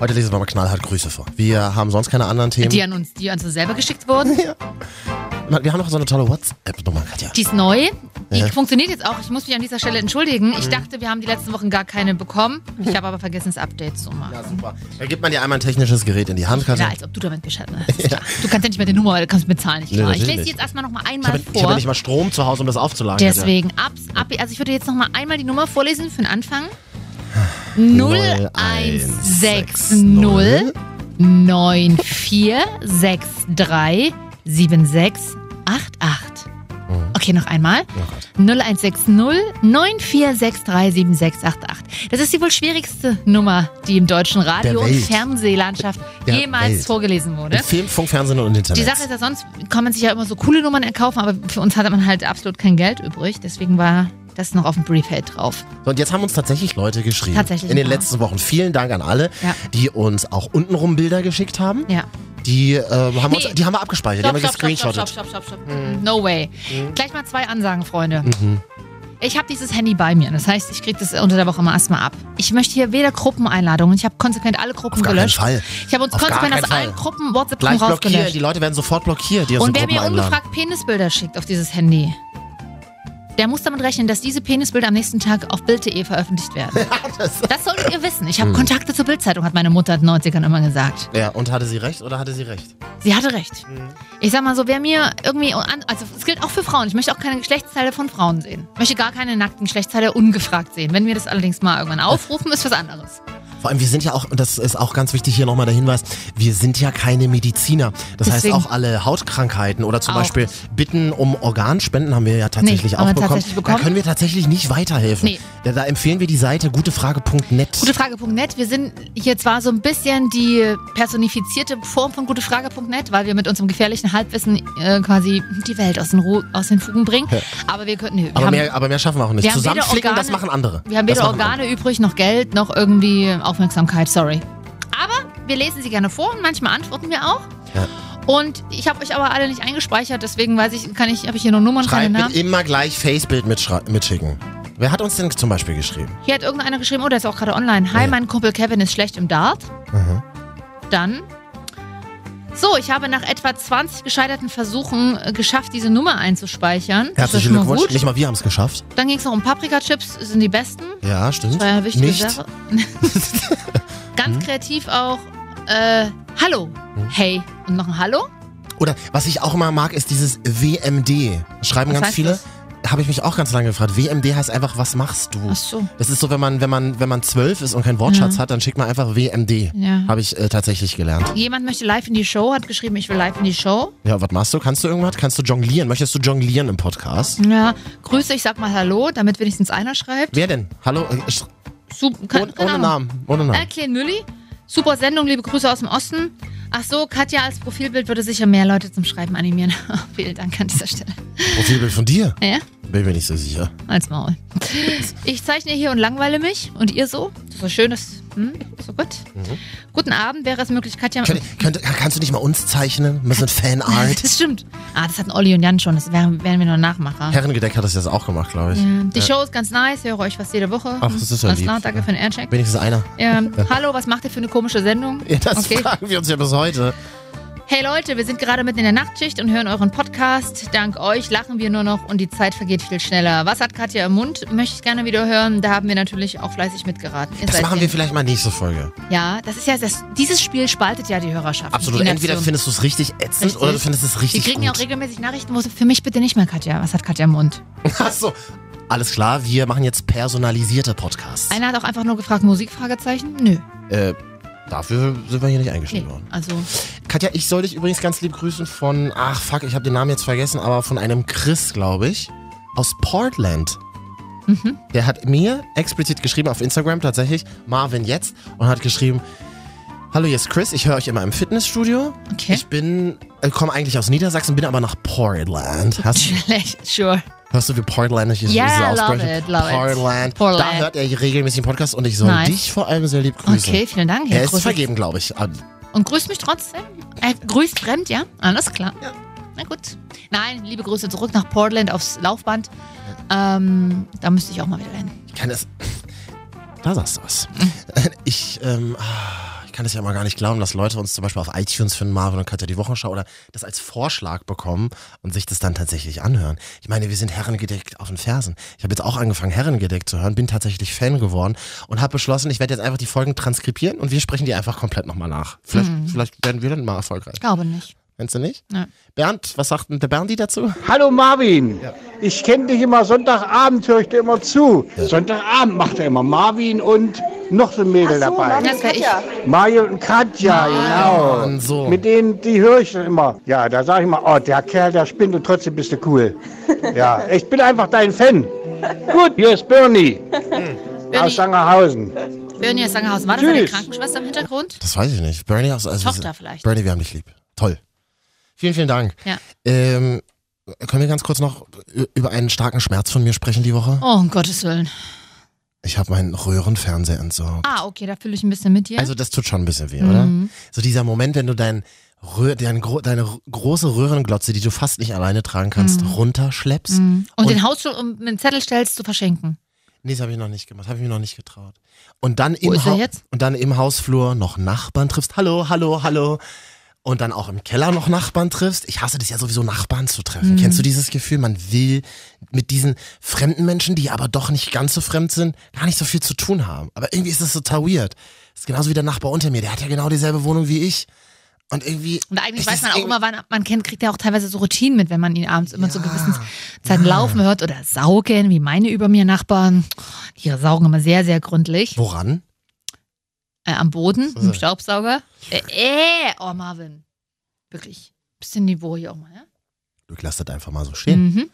A: heute lesen wir mal knallhart Grüße vor. Wir haben sonst keine anderen Themen.
B: Die an uns, die an uns selber geschickt wurden.
A: man- wir haben noch so eine tolle WhatsApp-Nummer, Katja.
B: Die ist neu. Die
A: Ja.
B: funktioniert jetzt auch. Ich muss mich an dieser Stelle entschuldigen. Ich dachte, wir haben die letzten Wochen gar keine bekommen.
A: Mhm.
B: Ich habe aber vergessen, das Update zu machen.
A: Ja, super. Da gibt man dir einmal ein technisches Gerät in die Hand,
B: Ja,
A: Katja.
B: als ob du damit Bescheid ne? Ist klar. Du kannst ja nicht mehr die Nummer, weil du kannst mit Zahlen nicht
A: Nee,
B: klar. ich
A: natürlich
B: lese die
A: nicht.
B: jetzt erstmal nochmal
A: Ich
B: einmal
A: habe
B: vor.
A: ich hab ja nicht mal Strom zu Hause, um das aufzuladen. Katja.
B: Deswegen, ab, ab, also ich würde jetzt nochmal einmal die Nummer vorlesen für den Anfang. 0160 9463 7688.
A: Oh.
B: Okay, noch einmal. 0160 9463 7688. Das ist die wohl schwierigste Nummer, die im deutschen Radio-
A: Der
B: und
A: Welt.
B: Fernsehlandschaft
A: Der
B: jemals
A: Welt.
B: vorgelesen wurde.
A: Im Film, Funk, Fernsehen und Internet.
B: Die Sache ist ja, sonst kann man sich ja immer so coole Nummern erkaufen, aber für uns hatte man halt absolut kein Geld übrig. Deswegen war das noch auf dem Briefhead drauf.
A: So, und jetzt haben uns tatsächlich Leute geschrieben.
B: Tatsächlich,
A: In den
B: ja.
A: letzten Wochen. Vielen Dank an alle,
B: Ja.
A: die uns auch untenrum Bilder geschickt haben.
B: Ja.
A: Die, ähm, haben
B: Nee.
A: uns, die haben wir abgespeichert, die haben wir
B: stopp,
A: gescreenshottet.
B: stopp, stopp, stopp. No way.
A: Mhm.
B: Gleich mal zwei Ansagen, Freunde. Ich habe dieses Handy bei mir. Das heißt, ich kriege das unter der Woche immer erstmal ab. Ich möchte hier weder Gruppeneinladungen. Ich habe konsequent alle Gruppen
A: Auf gar keinen
B: gelöscht.
A: Fall.
B: Ich habe uns
A: Auf gar
B: konsequent
A: keinen
B: aus allen
A: Fall.
B: Gruppen WhatsApp-Gruppen
A: Gleich blockiert.
B: rausgelöscht.
A: Die Leute werden sofort blockiert, die aus
B: Und
A: den
B: wer
A: Gruppen
B: mir
A: einladen.
B: ungefragt Penisbilder schickt auf dieses Handy, der muss damit rechnen, dass diese Penisbilder am nächsten Tag auf Bild.de veröffentlicht werden.
A: Das-
B: Das solltet ihr wissen.
A: Hm.
B: Ich habe Kontakte zur Bildzeitung, hat meine Mutter in den 90ern immer gesagt.
A: [laughs] Ja, und hatte sie recht oder hatte sie recht?
B: Sie hatte recht.
A: Hm.
B: Ich sag mal so, wer mir irgendwie, an- also es gilt auch für Frauen, ich möchte auch keine Geschlechtsteile von Frauen sehen. Ich möchte gar keine nackten Geschlechtsteile ungefragt sehen. Wenn wir das allerdings mal irgendwann aufrufen, ist was anderes.
A: Vor allem, wir sind ja auch, und das ist auch ganz wichtig hier nochmal der Hinweis, wir sind ja keine Mediziner. Das
B: Deswegen-
A: heißt, auch alle Hautkrankheiten oder zum
B: Auch.
A: Beispiel Bitten um Organspenden haben wir ja tatsächlich
B: Nee, haben
A: auch
B: wir
A: bekommen.
B: tatsächlich bekommen.
A: Da können wir tatsächlich nicht weiterhelfen.
B: Nee.
A: Da, da empfehlen wir die Seite gutefrage.net.
B: Gutefrage.net, wir sind hier zwar so ein bisschen die personifizierte Form von Gutefrage.net, weil wir mit unserem gefährlichen Halbwissen äh, quasi die Welt aus den, Ru aus den Fugen bringen, aber wir könnten... Wir
A: aber,
B: haben-
A: mehr, aber mehr schaffen wir auch nicht.
B: Wir haben weder
A: Zusammenflicken, das
B: Organe-
A: machen andere.
B: Wir haben
A: das
B: weder
A: machen andere.
B: Organe übrig, noch Geld, noch irgendwie Aufmerksamkeit, sorry. Aber wir lesen sie gerne vor und manchmal antworten wir auch.
A: Ja.
B: Und ich habe euch aber alle nicht eingespeichert, deswegen weiß ich, kann ich, habe ich hier nur Nummern, keine
A: Schreibt
B: Namen.
A: bitte immer gleich Facebild mitschrei- mitschicken. Wer hat uns denn zum Beispiel geschrieben?
B: Hier hat irgendeiner geschrieben, oh, der ist auch gerade online. Hi,
A: Ja.
B: mein Kumpel Kevin ist schlecht im Dart. Dann. So, ich habe nach etwa 20 gescheiterten Versuchen äh, geschafft, diese Nummer einzuspeichern. Ist das
A: Herzlichen
B: schon mal
A: Glückwunsch.
B: gut?
A: Nicht mal wir haben es geschafft.
B: Dann ging es noch um Paprika-Chips, sind die besten.
A: Ja, stimmt.
B: war ja eine wichtige
A: nicht. Hm?
B: Sache. [laughs] Ganz kreativ auch äh, Hallo, hey und noch ein Hallo.
A: Oder was ich auch immer mag, ist dieses WMD. Schreiben
B: Was
A: ganz
B: heißt
A: viele. Habe ich mich auch ganz lange gefragt. WMD heißt einfach, was machst du?
B: Ach so. Mhm.
A: Das ist so, wenn man, wenn man, wenn man zwölf ist und keinen Wortschatz hat, dann schickt man einfach WMD.
B: Ja.
A: Habe ich äh, tatsächlich gelernt.
B: Jemand möchte live in die Show, hat geschrieben, ich will live in die Show.
A: Ja, was machst du? Kannst du irgendwas? Kannst du jonglieren? Möchtest du jonglieren im Podcast?
B: Ja, Grüße, ich sag mal Hallo, damit wenigstens einer schreibt.
A: Wer denn? Hallo? Äh, sch-
B: Su kann,
A: ohne,
B: keine
A: ohne
B: Ahnung.
A: Namen. Ohne
B: Äh,
A: Namen.
B: Klein Mülli, super Sendung, liebe Grüße aus dem Osten. Ach so, Katja als Profilbild würde sicher mehr Leute zum Schreiben animieren. [laughs] Vielen Dank an dieser Stelle.
A: Profilbild von dir?
B: Ja?
A: Bin mir nicht so sicher.
B: Als Maul. Ich zeichne hier und langweile mich. Und ihr so? Das war schön, das. Hm, so gut.
A: Mhm.
B: Guten Abend, wäre es möglich, Katja.
A: Könnt, könnt, kannst du nicht mal uns zeichnen? Ein bisschen Fanart.
B: [laughs] Das stimmt. Ah, das hatten Olli und Jan schon. Das wären, wären wir noch Nachmacher.
A: Herrengedeck hat das jetzt auch gemacht, glaube ich.
B: Ja, die Show ist ganz nice, höre euch fast jede Woche.
A: Ach, das ist ja
B: Alles
A: lieb.
B: klar, danke für den Aircheck.
A: Wenigstens einer.
B: Ähm, Hallo, was macht ihr für eine komische Sendung?
A: Ja, das
B: okay.
A: fragen wir uns ja bis heute.
B: Hey Leute, wir sind gerade mitten in der Nachtschicht und hören euren Podcast. Dank euch lachen wir nur noch und die Zeit vergeht viel schneller. Was hat Katja im Mund? Möchte ich gerne wieder hören. Da haben wir natürlich auch fleißig mitgeraten. Ihr
A: Das
B: seid
A: machen wir
B: lieb.
A: vielleicht mal nächste Folge.
B: Ja, das ist ja das, dieses Spiel spaltet ja die Hörerschaft.
A: Absolut.
B: Die
A: Entweder
B: Nation.
A: findest du es richtig ätzend
B: Richtig.
A: oder du findest es
B: Wir
A: richtig
B: kriegen
A: gut.
B: ja auch regelmäßig Nachrichten, wo es für mich bitte nicht mehr Katja. Was hat Katja im Mund?
A: Achso. Alles klar, wir machen jetzt personalisierte Podcasts.
B: Einer hat auch einfach nur gefragt, Musikfragezeichen? Nö.
A: Äh, dafür sind wir hier nicht
B: Nee.
A: eingeschrieben worden.
B: Also, [laughs]
A: Katja, ich soll dich übrigens ganz lieb grüßen von, ach fuck, ich habe den Namen jetzt vergessen, aber von einem Chris, glaube ich, aus Portland.
B: Mhm.
A: Der hat mir explizit geschrieben auf Instagram tatsächlich, Marvin jetzt, und hat geschrieben, hallo, hier ist Chris, ich höre euch immer im Fitnessstudio.
B: Okay.
A: Ich bin, äh, komme eigentlich aus Niedersachsen, bin aber nach Portland.
B: [laughs]
A: Hast,
B: schlecht, sure.
A: hörst du, wie Portland ich
B: Yeah,
A: diese
B: love
A: ausspreche?
B: it, love it.
A: Portland.
B: Portland.
A: Da hört er regelmäßig den Podcast und ich soll
B: Nice.
A: dich vor allem sehr lieb grüßen.
B: Okay, vielen Dank. Herr
A: Er ist
B: Kruse.
A: vergeben, glaube ich.
B: Und grüßt mich trotzdem? Er grüßt fremd, ja? Alles klar. Na gut. Nein, liebe Grüße zurück nach Portland aufs Laufband. Ähm, da müsste ich auch mal wieder hin.
A: [laughs] Ich kann es. Da sagst du was. Ich, ähm, ah, ich kann kann das ja immer gar nicht glauben, dass Leute uns zum Beispiel auf iTunes finden, Marvin und Katja die Wochenschau oder das als Vorschlag bekommen und sich das dann tatsächlich anhören. Ich meine, wir sind herrengedeckt auf den Fersen. Ich habe jetzt auch angefangen, herrengedeckt zu hören, bin tatsächlich Fan geworden und habe beschlossen, ich werde jetzt einfach die Folgen transkribieren und wir sprechen die einfach komplett nochmal nach. Vielleicht, vielleicht werden wir dann mal erfolgreich.
B: Ich glaube nicht.
A: Meinst du nicht?
B: Ja.
A: Bernd, was sagt denn der Berndi dazu?
D: Hallo Marvin, ich kenne dich immer, Sonntagabend höre ich dir immer zu. Sonntagabend macht er immer Marvin und noch so ein Mädel
E: Ach so,
D: dabei.
E: Marvin
B: Das wär ich.
E: Katja.
D: Mario und Katja, genau.
A: Und so.
D: Mit denen, die höre ich immer. Ja, da sage ich immer, oh, der Kerl, der spinnt und trotzdem bist du
E: [laughs]
D: cool. Ja, ich bin einfach dein Fan. Gut, hier ist Bernie
E: Hm.
D: aus
B: Bernie,
D: Sangerhausen.
B: Bernie aus Sangerhausen. War das eine
D: Tschüss.
B: Krankenschwester im Hintergrund?
A: Das weiß ich nicht. Bernie aus also
B: Tochter vielleicht.
A: Bernie, wir haben dich lieb. Toll. Vielen, vielen Dank.
B: Ja.
A: Ähm, können wir ganz kurz noch über einen starken Schmerz von mir sprechen die Woche?
B: Oh, um Gottes Willen.
A: Ich habe meinen Röhrenfernseher entsorgt.
B: Ah, okay, da fühle ich ein bisschen mit dir.
A: Also das tut schon ein bisschen weh, oder?
B: Mhm.
A: So dieser Moment, wenn du dein Röhr, dein, gro- deine r- große Röhrenglotze, die du fast nicht alleine tragen kannst, runterschleppst.
B: Mhm. Und,
A: Und-
B: den Hausstuhl um den Zettel stellst zu verschenken.
A: Nee, das habe ich noch nicht gemacht, habe ich mir noch nicht getraut. Und dann,
B: Wo
A: im
B: ist er
A: Hau-
B: jetzt?
A: und dann im Hausflur noch Nachbarn triffst. Hallo, hallo, hallo. Und dann auch im Keller noch Nachbarn triffst. Ich hasse das ja sowieso, Nachbarn zu
B: Mhm.
A: treffen. Kennst du dieses Gefühl, man will mit diesen fremden Menschen, die aber doch nicht ganz so fremd sind, gar nicht so viel zu tun haben. Aber irgendwie ist das total weird. Das ist genauso wie der Nachbar unter mir, der hat ja genau dieselbe Wohnung wie ich. Und irgendwie.
B: Und
A: ist
B: eigentlich weiß
A: das
B: man auch
A: irgendwie-
B: immer, wann man kennt, kriegt ja auch teilweise so Routinen mit, wenn man ihn abends immer zu
A: Ja.
B: gewissen
A: Ah.
B: Zeiten laufen hört oder saugen, wie meine über mir Nachbarn. Die saugen immer sehr, sehr gründlich.
A: Woran?
B: Äh, am Boden,
A: So.
B: im Staubsauger. Äh, äh, oh Marvin. Wirklich. Bisschen Niveau hier auch mal, ja?
A: Du lässt das einfach mal so stehen.
B: Mhm.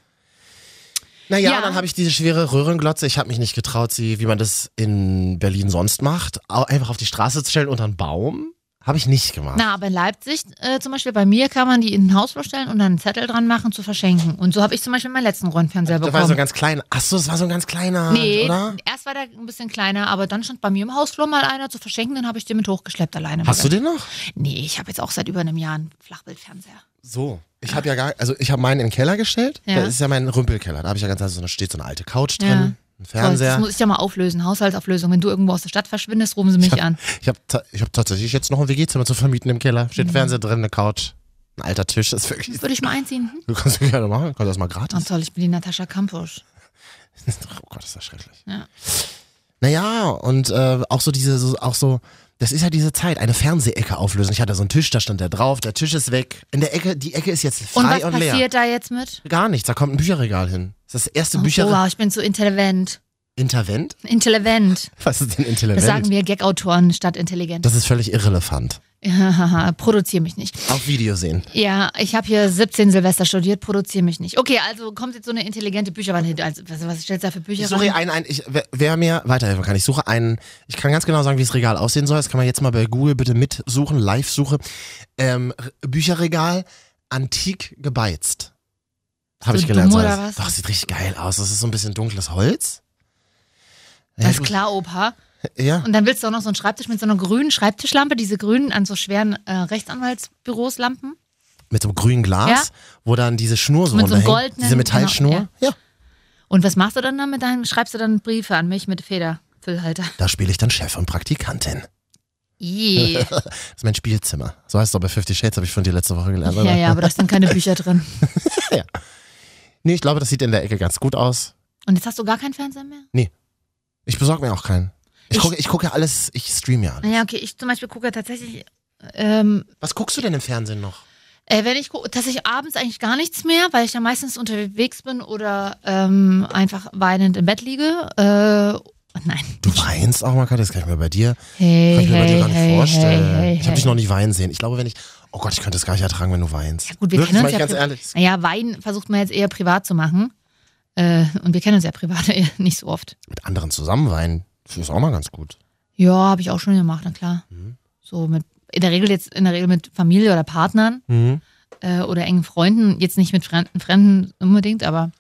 A: Naja,
B: Ja.
A: ja. dann habe ich diese schwere Röhrenglotze. Ich habe mich nicht getraut, sie, wie man das in Berlin sonst macht, au- einfach auf die Straße zu stellen unter einen Baum. Habe ich nicht gemacht.
B: Na, aber in Leipzig äh, zum Beispiel, bei mir kann man die in den Hausflur stellen und dann einen Zettel dran machen zu verschenken. Und so habe ich zum Beispiel meinen letzten Röhrenfernseher
A: das war so ein
B: bekommen.
A: ganz kleiner. Achso, das war so ein ganz kleiner,
B: Nee,
A: oder?
B: erst war der ein bisschen kleiner, aber dann stand bei mir im Hausflur mal einer zu verschenken, dann habe ich den mit hochgeschleppt alleine.
A: Hast du den noch?
B: Nee, ich habe jetzt auch seit über einem Jahr einen Flachbildfernseher.
A: So. Ich habe ja gar, also ich habe meinen in den Keller gestellt.
B: Ja.
A: Das ist ja mein Rümpelkeller. Da habe ich ja ganz, also da steht so eine alte Couch drin,
B: Ja.
A: ein
B: Toll, Das
A: Fernseher.
B: muss ich ja mal auflösen, Haushaltsauflösung. Wenn du irgendwo aus der Stadt verschwindest, rufen sie mich an.
A: Ich habe ta ich hab tatsächlich jetzt noch ein WG-Zimmer zu vermieten im Keller.
B: Mhm.
A: Steht ein Fernseher drin, eine Couch, ein alter Tisch. Das ist wirklich.
B: Würde ich mal einziehen. Hm?
A: Du kannst mich gerne machen, kannst das mal gratis.
B: Oh, toll, ich bin die Natascha Kampusch.
A: Oh Gott, ist das schrecklich.
B: Ja.
A: Naja, und äh, auch so diese, so, auch so, das ist ja diese Zeit, eine Fernsehecke auflösen. Ich hatte so einen Tisch, da stand der drauf, der Tisch ist weg. In der Ecke, die Ecke ist jetzt
B: Und
A: frei
B: was
A: und, leer.
B: passiert da jetzt mit? Oh,
A: Gar nichts, da kommt ein Bücherregal hin. Das ist das erste Bücherregal.
B: wow, ich bin so intelligent.
A: Intervent?
B: Intelligent.
A: Was ist denn Intervent?
B: Das sagen wir Gag-Autoren statt intelligent. [laughs]
A: Das ist völlig irrelevant.
B: Produziere mich nicht.
A: Auf Video sehen.
B: Ja, ich habe hier 17 Silvester studiert, produziere mich nicht. Okay, also kommt jetzt so eine intelligente Bücherwand hin. Also, was, was stellst du da für Bücher
A: Ich suche
B: rein?
A: einen, einen ich, wer- wer mir weiterhelfen kann. Ich suche einen, ich kann ganz genau sagen, wie das Regal aussehen soll. Das kann man jetzt mal bei Google bitte mitsuchen, Live-Suche. Ähm, R- Bücherregal, antik gebeizt. Habe
B: So
A: ich gelernt.
B: dumm
A: soll
B: oder
A: das.
B: was?
A: Doch, sieht richtig geil aus. Das ist so ein bisschen dunkles Holz. Ja,
B: Alles
A: ich-
B: klar, Opa.
A: Ja.
B: Und dann willst du auch noch so einen Schreibtisch mit so einer grünen Schreibtischlampe, diese grünen an so schweren äh, Rechtsanwaltsbüros Lampen.
A: Mit so einem grünen Glas,
B: Ja.
A: wo dann diese Schnur so
B: Mit so einem
A: runterhängt.
B: goldenen-
A: diese Metallschnur.
B: genau,
A: ja.
B: Und was machst du dann damit? Dann schreibst du dann Briefe an mich mit Federfüllhalter.
A: Da spiele ich dann Chef und Praktikantin.
B: [laughs] Yeah.
A: Das ist mein Spielzimmer. So heißt es doch bei Fifty Shades, habe ich von dir letzte Woche gelernt.
B: ja, ja, aber da sind keine Bücher drin.
A: Nee, ich glaube, das sieht in der Ecke ganz gut aus.
B: Und jetzt hast du gar keinen Fernseher mehr?
A: Ich besorge mir auch keinen. Ich,
B: Ich-
A: gucke, ich gucke ja alles, ich streame ja alles.
B: Naja, okay, ich zum Beispiel gucke tatsächlich, ähm,
A: Was guckst du denn im Fernsehen noch?
B: äh, wenn ich gucke, tatsächlich abends eigentlich gar nichts mehr, weil ich ja meistens unterwegs bin oder ähm, einfach weinend im Bett liege. Äh, oh nein.
A: Du weinst auch mal, Katja, das kann ich mir bei dir,
B: Hey,
A: kann ich mir bei dir gar nicht
B: hey,
A: vorstellen.
B: hey, hey,
A: ich habe dich
B: hey.
A: noch nicht weinen sehen. Ich glaube, wenn ich, oh Gott, ich könnte es gar nicht ertragen, wenn du weinst.
B: Ja, gut, wir
A: Wirklich,
B: kennen
A: mach
B: uns
A: ich
B: ja
A: ganz
B: pri-
A: ehrlich.
B: Naja, Wein versucht man jetzt eher privat zu machen. Äh, und wir kennen uns ja privat [laughs] eher nicht so oft.
A: Mit anderen zusammen weinen, das ist auch mal ganz gut.
B: Ja, habe ich auch schon gemacht, na klar.
A: Mhm.
B: So mit, in der Regel jetzt, in der Regel mit Familie oder Partnern äh, oder engen Freunden. Jetzt nicht mit Fremden, Fremden unbedingt, aber.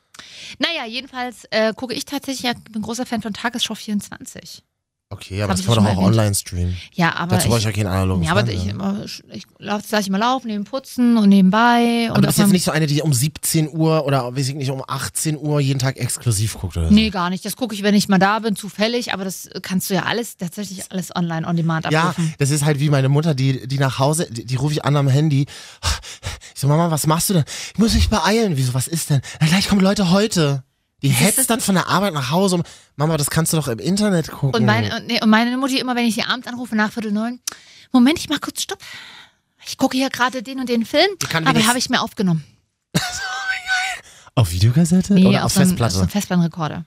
B: Naja, jedenfalls äh, gucke ich tatsächlich, ja, bin großer Fan von Tagesschau 24.
A: Okay, aber
B: Hab
A: das
B: ich
A: kann man
B: schon
A: doch auch
B: mal erwähnt.
A: online streamen.
B: Ja, aber
A: Dazu brauche ich ja ne?
B: ich,
A: keinen analogen
B: ja, aber ich,
A: Fernseher.
B: immer- ich lasse ich mal laufen, neben Putzen und nebenbei.
A: Aber
B: und
A: du bist
B: auf
A: jetzt
B: meinem-
A: nicht so eine, die um 17 Uhr oder weiß ich nicht, um 18 Uhr jeden Tag exklusiv guckt oder so.
B: Nee, gar nicht. Das gucke ich, wenn ich mal da bin, zufällig. Aber das kannst du ja alles, tatsächlich alles online, on demand
A: Ja,
B: abrufen.
A: das ist halt wie meine Mutter, die, die nach Hause, die, die rufe ich an am Handy. Ich so, Mama, was machst du denn? Ich muss mich beeilen. Wieso, was ist denn? Na, gleich kommen Leute heute. Die hetzt dann von der Arbeit nach Hause. um, Mama, das kannst du doch im Internet gucken.
B: Und, mein, und, nee, und meine Mutti immer, wenn ich ihr abends anrufe nach Viertel neun, Moment, ich mach kurz Stopp. Ich gucke hier gerade den und den Film,
A: kann
B: aber
A: wenigstens-
B: habe ich mir aufgenommen.
A: auf Videokassette? oder auf
B: so einem-
A: Festplatte?
B: Auf so einem Festplattenrekorder.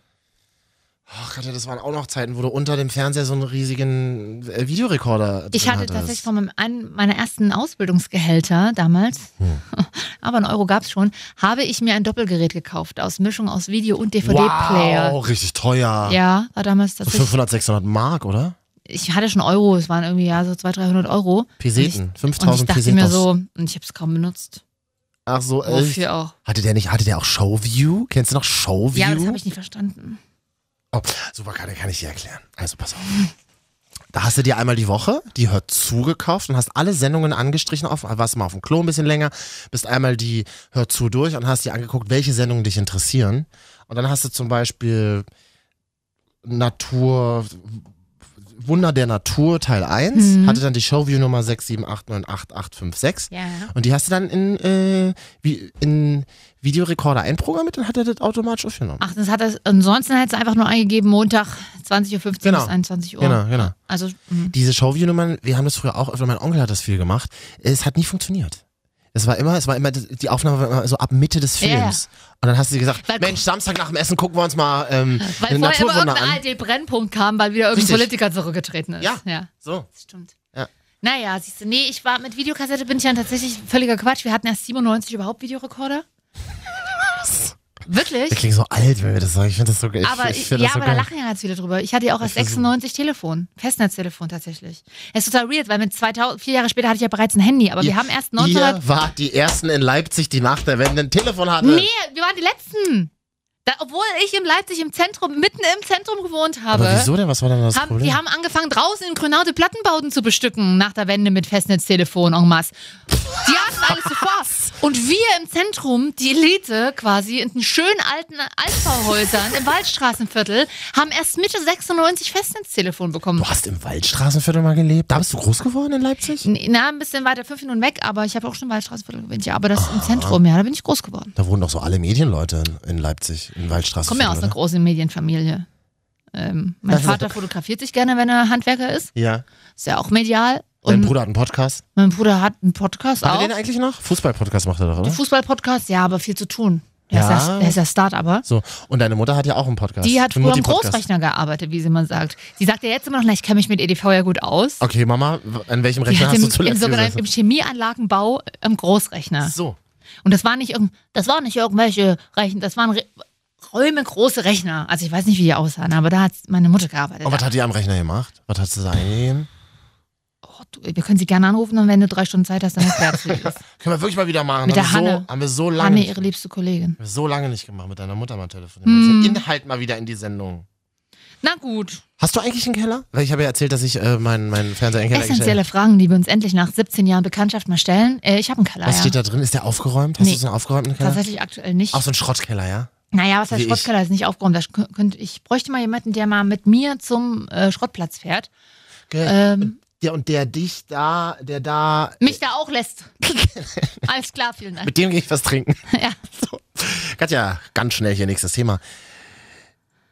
A: Ach Gott, ja, das waren auch noch Zeiten, wo du unter dem Fernseher so einen riesigen äh, Videorekorder
B: Ich
A: drin
B: hatte
A: hattest.
B: tatsächlich von meinem, einem meiner ersten Ausbildungsgehälter damals, [laughs] aber einen Euro gab's schon, habe ich mir ein Doppelgerät gekauft aus Mischung aus Video und DVD-Player.
A: Wow, richtig teuer.
B: Ja, war damals
A: So [laughs]
B: tatsächlich.
A: 500, 600 Mark, oder?
B: Ich hatte schon Euro, es waren irgendwie ja so 200, 300 Euro.
A: Peseten,
B: Und ich
A: 5000
B: dachte
A: Peseten.
B: mir so, und ich habe es kaum benutzt.
A: Ach so, echt?
B: Wofür auch?
A: Hatte der nicht, hatte der auch Showview? Kennst du noch Showview?
B: Ja, aber das habe ich nicht verstanden.
A: Oh, super, kann, kann ich dir erklären. Also pass auf. Da hast du dir einmal die Woche, die hört zu, gekauft und hast alle Sendungen angestrichen, auf, warst mal auf dem Klo ein bisschen länger, bist einmal die hört zu durch und hast dir angeguckt, welche Sendungen dich interessieren. Und dann hast du zum Beispiel Natur, Wunder der Natur Teil 1,
B: Mhm.
A: hatte dann die Showview Nummer 678988856.
B: Ja.
A: Und die hast du dann in, äh, wie, in Videorekorder einprogrammiert und hat er das automatisch aufgenommen.
B: Ach, das hat er, ansonsten hat es einfach nur eingegeben, Montag 20.15 Uhr
A: Genau.
B: bis 21 Uhr.
A: Genau, genau.
B: Also, mh.
A: Diese Showview-Nummern, wir haben das früher auch öfter, mein Onkel hat das viel gemacht. Es hat nie funktioniert. Es war immer, es war immer, die Aufnahme war immer so ab Mitte des
B: Ja, ja.
A: Films. Und dann hast du dir gesagt,
B: Weil-
A: Mensch, Samstag nach dem Essen gucken wir uns mal ähm,
B: weil
A: eine
B: vorher immer
A: Naturwunder
B: irgendein
A: an.
B: ARD-Brennpunkt kam, weil wieder irgendein
A: Richtig.
B: Politiker zurückgetreten ist.
A: Ja.
B: ja.
A: So.
B: Das stimmt.
A: Ja.
B: Naja, siehst du, nee, ich war mit Videokassette bin ich dann tatsächlich völliger Quatsch. Wir hatten erst 97 überhaupt Videorekorder. Wirklich?
A: Wir klingen so alt, wenn wir das sagen. Ich finde das so geil.
B: aber
A: ich, ich
B: ja,
A: find das so
B: aber da
A: geil.
B: lachen ja ganz viele drüber. Ich hatte ja auch erst
A: Ich versuch-
B: 96 Telefon, Festnetztelefon tatsächlich. Es ist total weird, weil mit 2000, vier Jahre später hatte ich ja bereits ein Handy, aber wir haben erst 1900
A: Ihr wart die Ersten in Leipzig, die nach der Wende ein Telefon hatten.
B: Nee, wir waren die Letzten. Da, obwohl ich in Leipzig im Zentrum, mitten im Zentrum gewohnt habe.
A: aber wieso denn? Was war denn das
B: Haben,
A: Problem?
B: die haben angefangen, draußen in Grünau die Plattenbauten zu bestücken, nach der Wende mit Festnetztelefon en masse. Die hatten
A: [laughs]
B: alles zuvor. Und wir im Zentrum, die Elite quasi, in den schönen alten Altbauhäusern im Waldstraßenviertel, haben erst Mitte 96 Festnetztelefon bekommen.
A: du hast im Waldstraßenviertel mal gelebt? Da bist du groß geworden in Leipzig?
B: N- Na, ein bisschen weiter, fünf Minuten weg, aber ich habe auch schon im Waldstraßenviertel gewinnt. Ja, aber das im Zentrum, ja, da bin ich groß geworden.
A: Da wohnen doch so alle Medienleute in- in Leipzig, in Waldstraße.
B: Komme ja aus einer großen Medienfamilie. Ähm, mein
A: Das ist-
B: Vater fotografiert sich gerne, wenn er Handwerker ist.
A: Ja.
B: Ist ja auch medial.
A: Dein
B: Und
A: Bruder hat einen Podcast.
B: mein Bruder hat einen Podcast
A: Macht
B: auch.
A: er den eigentlich noch? Fußball-Podcast macht er doch,
B: Den
A: oder?
B: Fußball-Podcast, ja, aber viel zu tun. Der
A: Ja.
B: ist ja, der ist ja Start-Upper.
A: So. Und deine Mutter hat ja auch einen Podcast.
B: Die hat
A: Einen
B: früher am
A: Mutti-Podcast.
B: Großrechner gearbeitet, wie sie mal sagt. Sie sagt ja jetzt immer noch, na, ich kenne mich mit EDV ja gut aus.
A: Okay, Mama, w- an welchem
B: Die
A: Rechner
B: hat
A: hast
B: im,
A: du
B: im
A: zuletzt
B: sogenannten im
A: gesessen?
B: Chemieanlagenbau äh, am Großrechner.
A: So.
B: Und das war nicht irgend, das waren nicht irgendwelche Rechner, das waren Re Räume große Rechner. Also ich weiß nicht, wie die aussahen, aber da hat meine Mutter gearbeitet.
A: Und was hat die am Rechner gemacht? Was hat sie da eingegeben?
B: oh, du, wir können sie gerne anrufen und wenn du drei Stunden Zeit hast, dann
A: [laughs]
B: erklärst du dir das.
A: Können wir wirklich mal wieder machen.
B: Mit
A: haben,
B: der
A: wir
B: Hanne.
A: So, haben wir so lange
B: Hanne,
A: nicht,
B: ihre liebste Kollegin.
A: haben wir so lange nicht gemacht. Mit deiner Mutter mal telefonieren.
B: Mhm.
A: Müssen. Inhalt mal wieder in die Sendung.
B: Na gut.
A: Hast du eigentlich einen Keller? Weil ich habe ja erzählt, dass ich äh, meinen meinen Fernseher in den Keller gestellt
B: Essentielle Fragen, die wir uns endlich nach 17 Jahren Bekanntschaft mal stellen. Äh, ich habe einen Keller.
A: habe. Was
B: ja.
A: steht da drin? Ist der aufgeräumt? Hast
B: Nee.
A: du so einen aufgeräumten Keller?
B: Tatsächlich aktuell nicht.
A: Auch so einen Schrottkeller, ja?
B: naja, was heißt
A: Wie ich.
B: Schrottkeller ist nicht aufgeräumt. Das kö- könnte, ich bräuchte mal jemanden, der mal mit mir zum äh, Schrottplatz fährt.
A: Ge
B: Ähm,
A: Der und der dich da, der da.
B: mich da auch
A: [laughs]
B: lässt. Alles klar, vielen Dank.
A: Mit dem gehe ich was trinken. [laughs]
B: Ja.
A: So. Katja, ganz schnell hier nächstes Thema.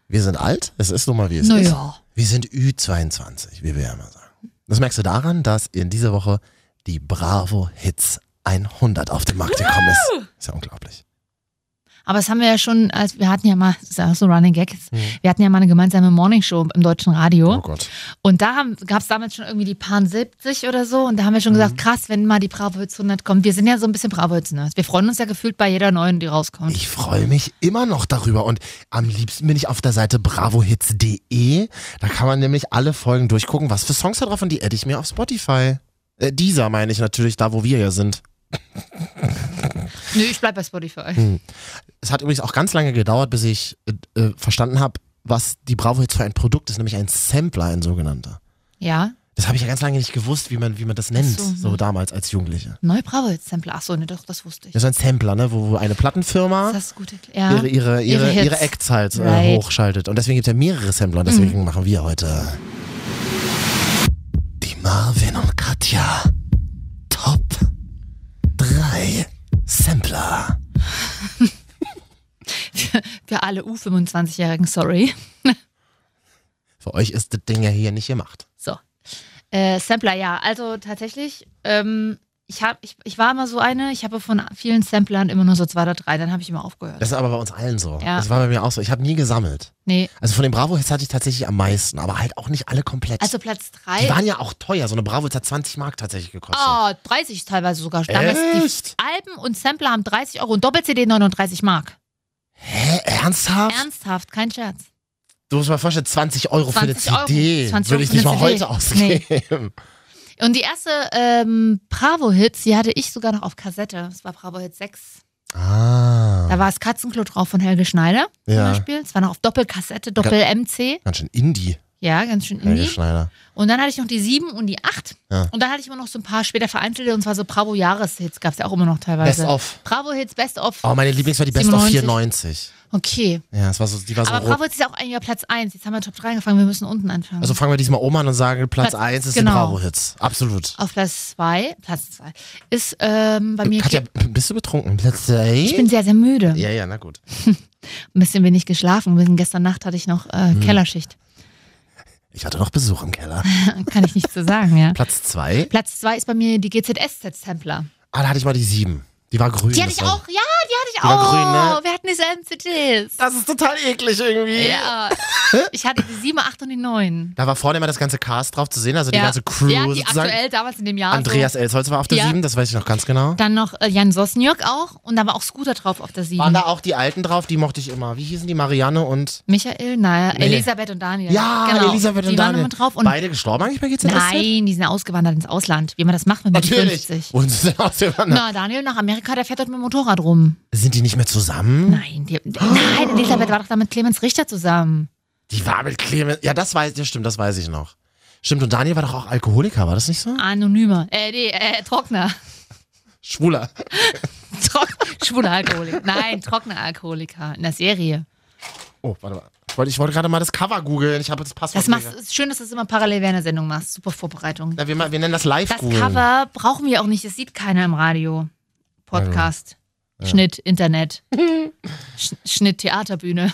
A: Wir sind alt, es ist nun mal wie es ist.
B: Naja.
A: Wir sind Ü22, wie wir ja immer sagen. Das merkst du daran, dass in dieser Woche die Bravo Hits 100 auf den Markt gekommen ist. Ist ja unglaublich.
B: Aber das haben wir ja schon, als wir hatten ja mal, das ist ja auch so ein Running Gag,
A: Mhm.
B: wir hatten ja mal eine gemeinsame Morningshow im deutschen Radio.
A: Oh Gott.
B: Und da gab es damals schon irgendwie die Pan 70 oder so. Und da haben wir schon
A: Mhm.
B: gesagt, krass, wenn mal die Bravo Hits 100 kommt. Wir sind ja so ein bisschen Bravo Hits Nerds. Wir freuen uns ja gefühlt bei jeder neuen, die rauskommt.
A: Ich freue mich immer noch darüber und am liebsten bin ich auf der Seite bravohits.de. Da kann man nämlich alle Folgen durchgucken, was für Songs da drauf sind, die adde ich mir auf Spotify. Äh, dieser meine ich natürlich, da wo wir ja sind.
B: Nö, ich bleib bei Spotify.
A: Hm. Es hat übrigens auch ganz lange gedauert, bis ich äh, äh, verstanden habe, was die Bravo Hits für ein Produkt ist, nämlich ein Sampler, ein sogenannter.
B: Ja.
A: Das habe ich ja ganz lange nicht gewusst, wie man, wie man das nennt,
B: Ach
A: so,
B: so, hm.
A: damals als Jugendliche.
B: Neu Bravo Hits Sampler. Ach so, ne, doch, das wusste ich.
A: Das ist ein Sampler, ne? wo, wo eine Plattenfirma
B: Das hast du gut erklärt. Ja.
A: ihre, ihre, ihre,
B: Ihre
A: ihre,
B: Hits.
A: Acts halt äh,
B: Right. Mhm.
A: hochschaltet. Und deswegen gibt es ja mehrere Sampler. Und deswegen machen wir heute die Marvin und Katja Top 3 Sampler.
B: Für alle U25-Jährigen, sorry. [laughs]
A: Für euch ist das Ding ja hier nicht gemacht.
B: So. Äh, Sampler, ja. Also tatsächlich, ähm, ich, hab, ich, ich war immer so eine, ich habe von vielen Samplern immer nur so zwei oder drei, dann habe ich immer aufgehört.
A: Das ist aber bei uns allen so.
B: Ja.
A: Das war bei mir auch so. Ich habe nie gesammelt.
B: nee,
A: Also von den Bravo-Hits hatte ich tatsächlich am meisten, aber halt auch nicht alle komplett.
B: also Platz
A: die
B: drei.
A: waren ja auch teuer. So eine Bravo-Hits hat 20 Mark tatsächlich gekostet.
B: Oh, 30 teilweise sogar. Damals
A: Echt?
B: die Alben und Sampler haben 30 Euro und Doppel-CD 39 Mark.
A: Hä, ernsthaft?
B: Ernsthaft, kein Scherz.
A: Du musst mal vorstellen, 20 Euro für
B: 20
A: eine
B: Euro.
A: CD
B: 20 Euro
A: würde ich
B: für
A: nicht
B: eine
A: mal
B: CD.
A: heute
B: [laughs]
A: ausgeben.
B: Und die erste ähm, Bravo-Hits, die hatte ich sogar noch auf Kassette. Das war Bravo-Hit 6.
A: Ah,
B: Da war das Katzenklo drauf von Helge Schneider zum
A: Ja.
B: Beispiel. Es war noch auf Doppelkassette, Doppel-MC.
A: ganz schön Indie,
B: Ja, ganz schön
A: Helge
B: indie.
A: Schneider.
B: Und dann hatte ich noch die 7 und die 8.
A: Ja.
B: Und dann hatte ich immer noch so ein paar später vereinzelte, und zwar so Bravo-Jahres-Hits gab es ja auch immer noch teilweise.
A: Best of.
B: Bravo-Hits, Best of.
A: Oh, meine Lieblings war die Best of
B: 97.
A: 94.
B: Okay.
A: Ja, es war so, die war so
B: Aber
A: rot.
B: Bravo-Hits ist ja auch ein Jahr Platz 1. Jetzt haben wir Top 3 angefangen, wir müssen unten anfangen.
A: Also fangen wir diesmal um an und sagen, Platz
B: Platz-
A: 1 ist
B: genau. Ah,
A: die Bravo-Hits. Absolut.
B: auf Platz 2, Platz 2, ist ähm, bei mir.
A: Katja, bist du betrunken? Platz 3?
B: ich bin sehr, sehr müde.
A: ja, ja, na gut.
B: Ein bisschen wenig geschlafen. Wir sind- Gestern Nacht hatte ich noch äh,
A: Mhm.
B: Kellerschicht.
A: [laughs] Ich hatte noch Besuch im
B: [laughs]
A: Keller.
B: Kann ich nicht so sagen, ja.
A: Platz 2?
B: Platz 2 ist bei mir die GZSZ-Sampler.
A: Ah, da hatte ich mal die 7. Die war grün.
B: Die hatte
A: das
B: ich
A: war-
B: auch, ja, die hatte ich
A: Die war
B: auch.
A: grün, ne?
B: Wir hatten dieselben CDs.
A: Das ist total eklig irgendwie. [laughs]
B: Ja. Ich hatte die 7, 8 und die 9.
A: Da war vorne immer das ganze Cast drauf zu sehen, also die
B: ja.
A: ganze Crew
B: ja, die
A: sozusagen.
B: aktuell damals in dem Jahr.
A: Andreas Elsholz war auf der
B: Also, Ja.
A: 7, das weiß ich noch ganz genau.
B: So. Dann noch äh, Jan Sosniok auch und da war auch Scooter drauf auf der 7.
A: Waren da auch die Alten drauf, die mochte ich immer. Wie hießen die? Marianne und.
B: Michael, naja,
A: Nee.
B: Elisabeth und Daniel.
A: Ja,
B: genau.
A: Elisabeth und
B: die
A: Daniel.
B: waren immer drauf und
A: Beide gestorben eigentlich bei GZSZ?
B: Nein, die sind ja ausgewandert ins Ausland. Wie man das macht mit Mitte
A: Natürlich.
B: 50.
A: Und sie sind ausgewandert.
B: Na, Daniel nach Amerika, der fährt dort mit dem Motorrad rum.
A: Sind die nicht mehr zusammen?
B: Nein, die,
A: Oh.
B: nein, Elisabeth war doch da mit Clemens Richter zusammen.
A: Die war mit Clemens. Ja, das weiß ja, stimmt, das weiß ich noch. Stimmt, und Daniel war doch auch Alkoholiker, war das nicht so?
B: Anonymer. Äh, nee, äh, Trockner.
A: Schwuler.
B: [laughs] Trock, schwuler Alkoholiker. Nein, trockener Alkoholiker. In der Serie.
A: Oh, warte mal. Ich wollte, ich wollte gerade mal das Cover googeln. Ich habe das Passwort.
B: Das machst,
A: nicht-
B: ist schön, dass du es immer parallel während der Sendung machst. Super Vorbereitung.
A: Na, wir, ma- wir nennen das live
B: Das
A: googeln.
B: Cover brauchen wir auch nicht. Das sieht keiner im Radio. Podcast.
A: [laughs]
B: Schnitt, Internet. Sch Schnitt, Theaterbühne.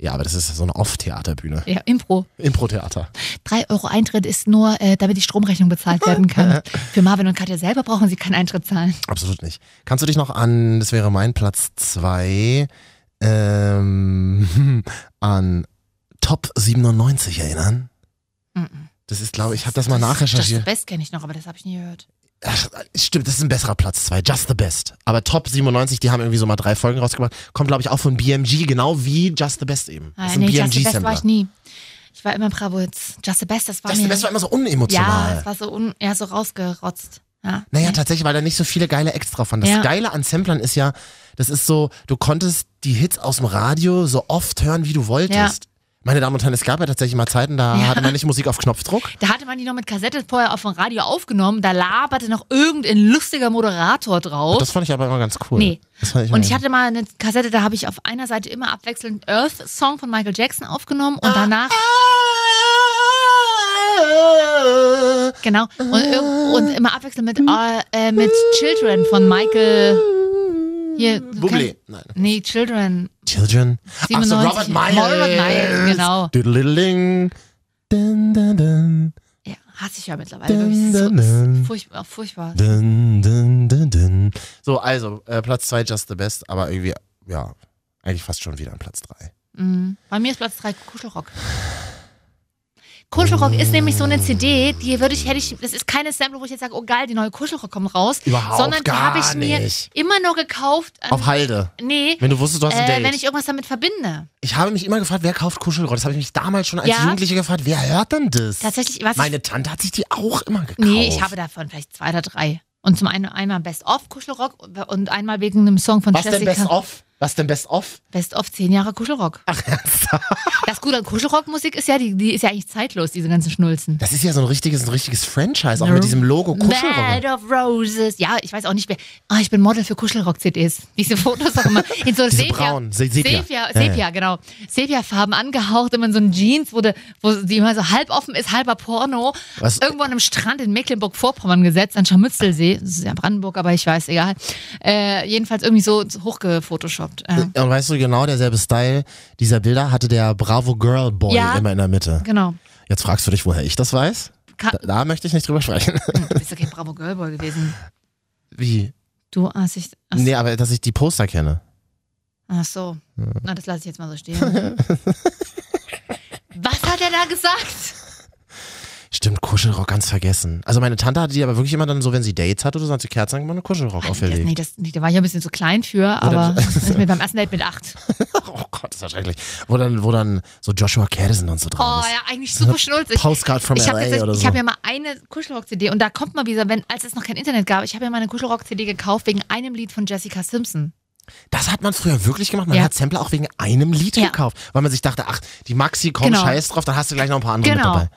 A: Ja, aber das ist so eine Off-Theaterbühne.
B: Ja, Impro.
A: Impro-Theater.
B: 3 Euro Eintritt ist nur, äh, damit die Stromrechnung bezahlt
A: [laughs]
B: werden kann. Für Marvin und Katja selber brauchen sie keinen Eintritt zahlen.
A: Absolut nicht. Kannst du dich noch an, das wäre mein Platz 2, ähm, [laughs] an Top 97 erinnern?
B: Mhm.
A: Das ist, glaube ich, habe das mal nachrecherchiert.
B: Das Best kenne ich noch, aber das habe ich nie gehört.
A: Ach, stimmt, das ist ein besserer Platz 2, Just the Best. Aber Top 97, die haben irgendwie so mal drei Folgen rausgebracht. Kommt, glaube ich, auch von BMG, genau wie Just the Best eben. Das
B: Ah,
A: ist ein
B: nee, Just the Best war
A: BMG-Sampler.
B: ich nie. Ich war immer Bravo Hits. Just the Best, das war
A: Just
B: mir.
A: the Best war immer so
B: ja,
A: unemotional.
B: das war so, un, ja, so rausgerotzt. Ja.
A: Naja,
B: Nee.
A: tatsächlich, weil da nicht so viele geile Acts drauf waren. Das
B: Ja.
A: Geile an Samplern ist ja, das ist so, du konntest die Hits aus dem Radio so oft hören, wie du wolltest.
B: Ja.
A: Meine Damen und Herren, es gab ja tatsächlich mal Zeiten, da
B: Ja.
A: hatte man nicht Musik auf Knopfdruck.
B: Da hatte man die noch mit Kassette vorher auf dem Radio aufgenommen. Da laberte noch irgendein lustiger Moderator drauf.
A: Das fand ich aber immer ganz cool.
B: Oh. Nee.
A: Das fand ich
B: Und
A: immer-
B: ich hatte mal eine Kassette, da habe ich auf einer Seite immer abwechselnd Earth Song von Michael Jackson aufgenommen und danach genau und, irg- und immer abwechselnd mit äh, äh, mit Children von Michael hier du
A: Bublé.
B: kennst-
A: Nein.
B: Nee, Children.
A: Children. Ach so,
B: 97.
A: Robert Miles.
B: Robert Miles, genau.
A: Doodle-diddling. Dun, dun, dun.
B: Ja, hasse ich ja mittlerweile. Wirklich, das ist so,
A: Dun,
B: das
A: dun, dun.
B: ist furchtbar, furchtbar.
A: Dun, dun, dun, dun. So, also, äh, Platz 2 Just the Best, aber irgendwie, ja, eigentlich fast schon wieder an Platz 3.
B: Mhm. Bei mir ist Platz 3 Kuschelrock. Kuschelrock ist nämlich so eine CD, die würde ich, hätte ich, das ist keine Sample, wo ich jetzt sage, oh geil, die neue Kuschelrock kommt raus.
A: Überhaupt
B: sondern die
A: gar
B: habe ich mir
A: nicht.
B: immer nur gekauft. Ähm,
A: Auf Halde.
B: nee,
A: Wenn du wusstest, du hast ein
B: äh,
A: Date.
B: wenn ich irgendwas damit verbinde.
A: Ich habe mich immer gefragt, wer kauft Kuschelrock? Das habe ich mich damals schon als
B: Ja.
A: Jugendliche gefragt. Wer hört denn das?
B: Tatsächlich, was
A: Meine Tante hat sich die auch immer gekauft.
B: ich, Nee, ich habe davon vielleicht zwei oder drei. Und zum einen einmal Best of Kuschelrock und einmal wegen einem Song von
A: Was denn
B: Jessica.
A: Best Of? Was denn Best of?
B: Best of zehn Jahre Kuschelrock.
A: Ach, ernsthaft?
B: Das Gute an Kuschelrockmusik ist ja, die, die ist ja eigentlich zeitlos, diese ganzen Schnulzen.
A: Das ist ja so ein richtiges, ein richtiges Franchise, auch mit diesem Logo Kuschelrock.
B: Bed of Roses. Ja, ich weiß auch nicht mehr. Ah, ich bin Model für Kuschelrock-CDs. Diese Fotos auch immer in so
A: [laughs] Diese
B: Sepia.
A: braunen, Se- Sepia. Ja,
B: Sepia,
A: ja.
B: Sepia, genau. Sepia-Farben angehaucht, immer in so einen Jeans, wo, de, wo die immer so halb offen ist, halber Porno.
A: Was?
B: Irgendwo an einem Strand in Mecklenburg-Vorpommern gesetzt, an Scharmützelsee. Das ist ja Brandenburg, aber ich weiß, egal. Äh, jedenfalls irgendwie so hochgefotoshoppt. Ja.
A: Und weißt du, genau derselbe Style dieser Bilder hatte der Bravo Girl Boy
B: Ja.
A: immer in der Mitte.
B: Genau.
A: Jetzt fragst du dich, woher ich das weiß?
B: Ka
A: Da, da möchte ich nicht drüber sprechen. [laughs]
B: du bist doch kein Bravo Girlboy gewesen.
A: Wie?
B: Du, ah, ich, ach,
A: Nee, aber dass ich die Poster kenne.
B: ach so. Na, das lasse ich jetzt mal
A: [laughs]
B: so stehen. Was hat er da gesagt?
A: Stimmt, Kuschelrock ganz vergessen. Also meine Tante hatte die aber wirklich immer dann so, wenn sie Dates hatte oder so, hat sie Kerzen gemacht und Kuschelrock
B: Nee,
A: auferlegt.
B: das, nee, da war ich ja ein bisschen zu klein für, aber das ist mir beim ersten Date
A: [laughs]
B: mit acht.
A: [laughs] Oh Gott, das war schrecklich. Wo dann, wo dann so Joshua Caddison und so
B: Oh
A: drauf ist.
B: ja, eigentlich super schnulzig.
A: Postcard from
B: Ich
A: LA
B: habe
A: oder
B: ich
A: so.
B: hab ja mal eine Kuschelrock-CD und da kommt mal wieder, wenn, als es noch kein Internet gab, ich habe ja mal eine Kuschelrock-CD gekauft wegen einem Lied von Jessica Simpson.
A: Das hat man früher wirklich gemacht. Man
B: Ja.
A: hat Sampler auch wegen einem Lied
B: Ja.
A: gekauft, weil man sich dachte, ach, die Maxi, komm,
B: Genau.
A: scheiß drauf, dann hast du gleich noch ein paar andere
B: Genau.
A: mit dabei.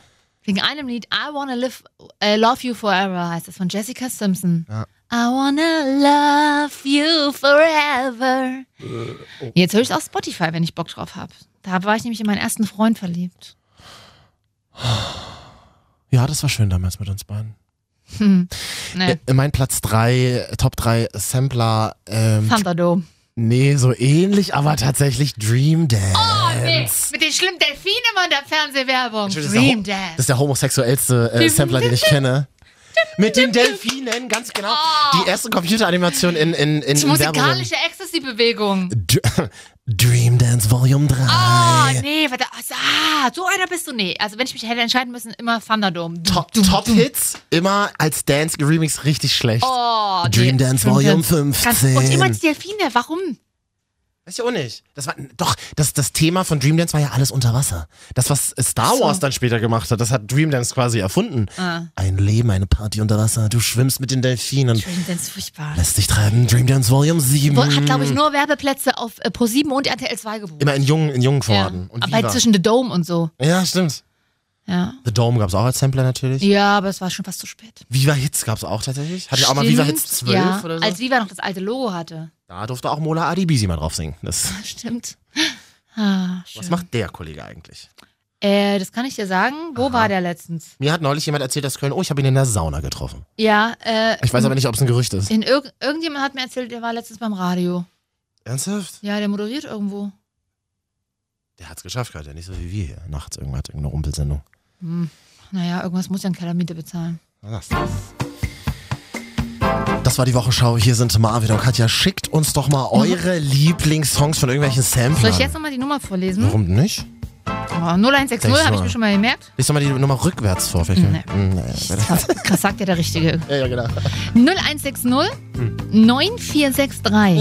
B: Wegen einem Lied I Wanna Live, äh, Love You Forever heißt das von Jessica Simpson.
A: Ja.
B: I wanna love you forever.
A: Äh, oh.
B: Jetzt höre ich es auf Spotify, wenn ich Bock drauf habe. Da war ich nämlich in meinen ersten Freund verliebt.
A: Ja, das war schön damals mit uns beiden.
B: Ne,
A: Äh, Mein Platz 3, Top 3 Sampler, ähm,
B: Thunderdome.
A: nee, so ähnlich, aber tatsächlich Dream Dance.
B: Oh, nee, mit den schlimmen Delfinen immer in der Fernsehwerbung. Dream
A: Entschuldigung, das ist der Ho- Das
B: Dance.
A: ist der homosexuellste äh, Sampler, den ich kenne. Mit den Delfinen, ganz genau. Die erste Computeranimation in, in, in
B: Die
A: Werbungen.
B: Oh. musikalische
A: Äh,
B: Ecstasy-Bewegung.
A: Dr- [laughs] Dream Dance Volume 3.
B: Oh, nee, warte. also, Ah, so einer bist du. Nee, also wenn ich mich hätte entscheiden müssen, immer Thunderdome.
A: Top, Top Hits, immer als Dance Remix richtig schlecht.
B: Oh,
A: Dream
B: nee,
A: Dance um
B: Dream
A: Volume
B: Dance. Ganz-
A: 15.
B: Und immer die Delfine, warum?
A: Weiß ich auch nicht. Das war, doch, das, das Thema von Dream Dance war ja alles unter Wasser. Das, was Star Wars dann später gemacht hat, das hat Dream Dance quasi erfunden. Ein Leben, eine Party unter Wasser. Du schwimmst mit den Delfinen.
B: Dream Dance, furchtbar.
A: Lässt dich treiben. Dream Dance Volume 7.
B: Wo- Hat, glaube ich, nur Werbeplätze auf äh, ProSieben und RTL 2 gebucht.
A: Immer in jungen, in jungen
B: ja.
A: Formaten. Und
B: Aber
A: Viva.
B: halt zwischen The Dome und so.
A: ja, stimmt.
B: Ja.
A: The Dome gab es auch als Sampler natürlich.
B: ja, aber es war schon fast zu spät.
A: Viva Hits gab es auch tatsächlich. Hatte ja auch mal
B: Stimmt,
A: Viva Hits 12
B: ja,
A: oder so.
B: Als Viva noch das alte Logo hatte.
A: da durfte auch Mola Adibisi mal drauf singen. Das,
B: Stimmt. Ah, schön.
A: was macht der Kollege eigentlich?
B: Äh, das kann ich dir sagen. Wo war der letztens?
A: Mir hat neulich jemand erzählt aus Köln, oh, ich habe ihn in der Sauna getroffen.
B: Ja, äh,
A: Ich weiß aber nicht, ob es ein Gerücht ist.
B: in irg irgendjemand hat mir erzählt, der war letztens beim Radio.
A: Ernsthaft?
B: Ja, der moderiert irgendwo.
A: Der hat es geschafft gerade, ja nicht so wie wir hier. Nachts irgendwann irgendeine Rumpelsendung.
B: Hm. Naja, irgendwas muss ja an Kellermiete bezahlen.
A: Was ist das? Das war die Wochenschau. Hier sind Marvin und Katja. Schickt uns doch mal eure Lieblingssongs von irgendwelchen
B: Soll ich jetzt
A: Samplern.
B: nochmal die Nummer vorlesen?
A: Warum nicht?
B: Oh, 0160 habe ich mir schon mal gemerkt.
A: Lies doch mal die Nummer rückwärts vor. vielleicht-
B: Nee.
A: Mm, nee.
B: Krass, sagt ja der Richtige.
A: Ja, ja, genau.
B: 0160 9463
A: 9, 4, 6, 3.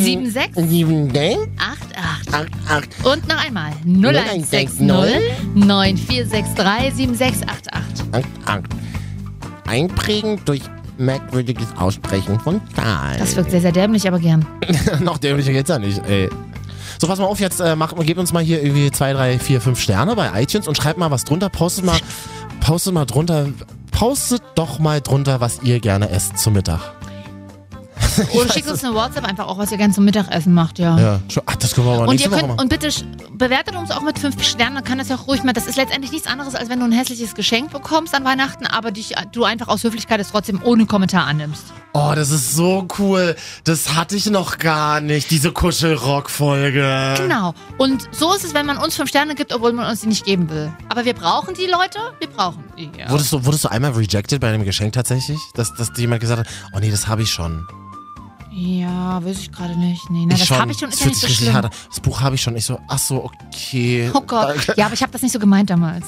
B: 76
A: 7, 8,
B: 88.
A: 8.
B: Und noch einmal 0160 9463 7688.
A: Angst, Angst. Einprägen durch merkwürdiges Aussprechen von Zahlen. [laughs]
B: Das wirkt sehr, sehr dämlich, aber gern.
A: noch dämlicher geht's ja nicht, ey. So, pass mal auf, jetzt äh, macht, gebt uns mal hier irgendwie 2, 3, 4, 5 Sterne bei iTunes und schreibt mal was drunter. Postet mal, postet mal drunter, postet doch mal drunter, was ihr gerne esst zum Mittag.
B: Oder schickt uns eine WhatsApp einfach auch, was ihr gern zum Mittagessen macht, ja.
A: Ja, schon, ach, das können wir mal
B: Und,
A: nächste
B: ihr
A: Woche
B: könnt,
A: machen.
B: und bitte sch- bewertet uns auch mit fünf Sternen, dann kann das ja auch ruhig mal. Das ist letztendlich nichts anderes, als wenn du ein hässliches Geschenk bekommst an Weihnachten, aber dich, du einfach aus Höflichkeit es trotzdem ohne Kommentar annimmst.
A: Oh, das ist so cool. Das hatte ich noch gar nicht, diese Kuschelrock-Folge.
B: Genau. Und so ist es, wenn man uns fünf Sterne gibt, obwohl man uns die nicht geben will. Aber wir brauchen die Leute, wir brauchen die. Ja.
A: Wurdest du, wurdest du einmal rejected bei einem Geschenk tatsächlich? Dass, dass dir jemand gesagt hat, oh nee, das habe ich schon.
B: Ja, weiß ich gerade nicht. Nee, na,
A: ich
B: das
A: schon.
B: habe ich schon, ist
A: Das
B: ja
A: fühlt
B: nicht so
A: sich richtig
B: schlimm.
A: hart an. Das Buch habe ich schon. Ich so, ach so, okay.
B: Oh Gott. Ja, aber ich habe das nicht so
A: [laughs]
B: gemeint damals.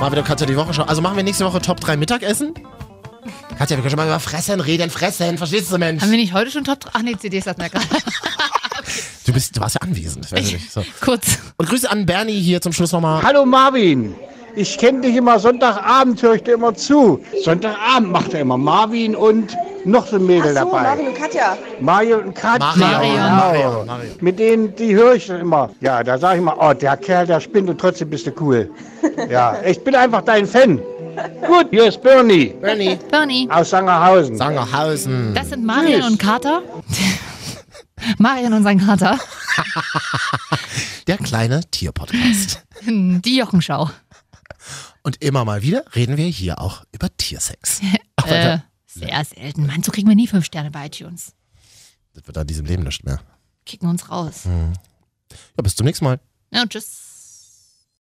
A: Mal wieder Katja die Woche schon. Also machen wir nächste Woche Top 3 Mittagessen? Katja, wir können schon mal über Fressen reden. Fressen, verstehst du, Mensch?
B: Haben wir nicht heute schon Top 3? Ach nee, CDs hatten wir gerade.
A: Du, bist, du warst ja anwesend. Ich weiß nicht. So.
B: [laughs] Kurz.
A: Und Grüße an Bernie hier zum Schluss
B: [laughs]
A: nochmal.
D: Hallo Marvin, ich kenne dich immer, Sonntagabend höre ich dir immer zu. Sonntagabend macht er immer Marvin und noch so ein
E: Ach
D: Mädel
E: so,
D: dabei.
E: Mario und Katja.
D: Mario und Katja.
A: Mario.
D: genau.
A: Mario, Mario.
D: Mit denen, die höre ich immer. Ja, da sage ich immer, oh, der Kerl, der spinnt und trotzdem bist du
A: [laughs]
D: cool. Ja, ich bin einfach dein Fan. Gut, hier ist Bernie
A: Bernie.
B: Bernie,
D: aus Sangerhausen.
A: Sangerhausen.
B: das sind Marion
D: Tschüss.
B: und [laughs] Kater. Marion und sein Kater.
A: Der kleine Tierpodcast.
B: Die Jochenschau.
A: Und immer mal wieder reden wir hier auch über Tiersex. Ach,
B: Äh,
A: weiter.
B: sehr selten. Mann, so kriegen wir nie fünf Sterne bei iTunes.
A: Das wird an diesem Leben nicht mehr. Hm.
B: Kicken uns raus.
A: Ja, bis zum nächsten Mal.
B: Ja, tschüss.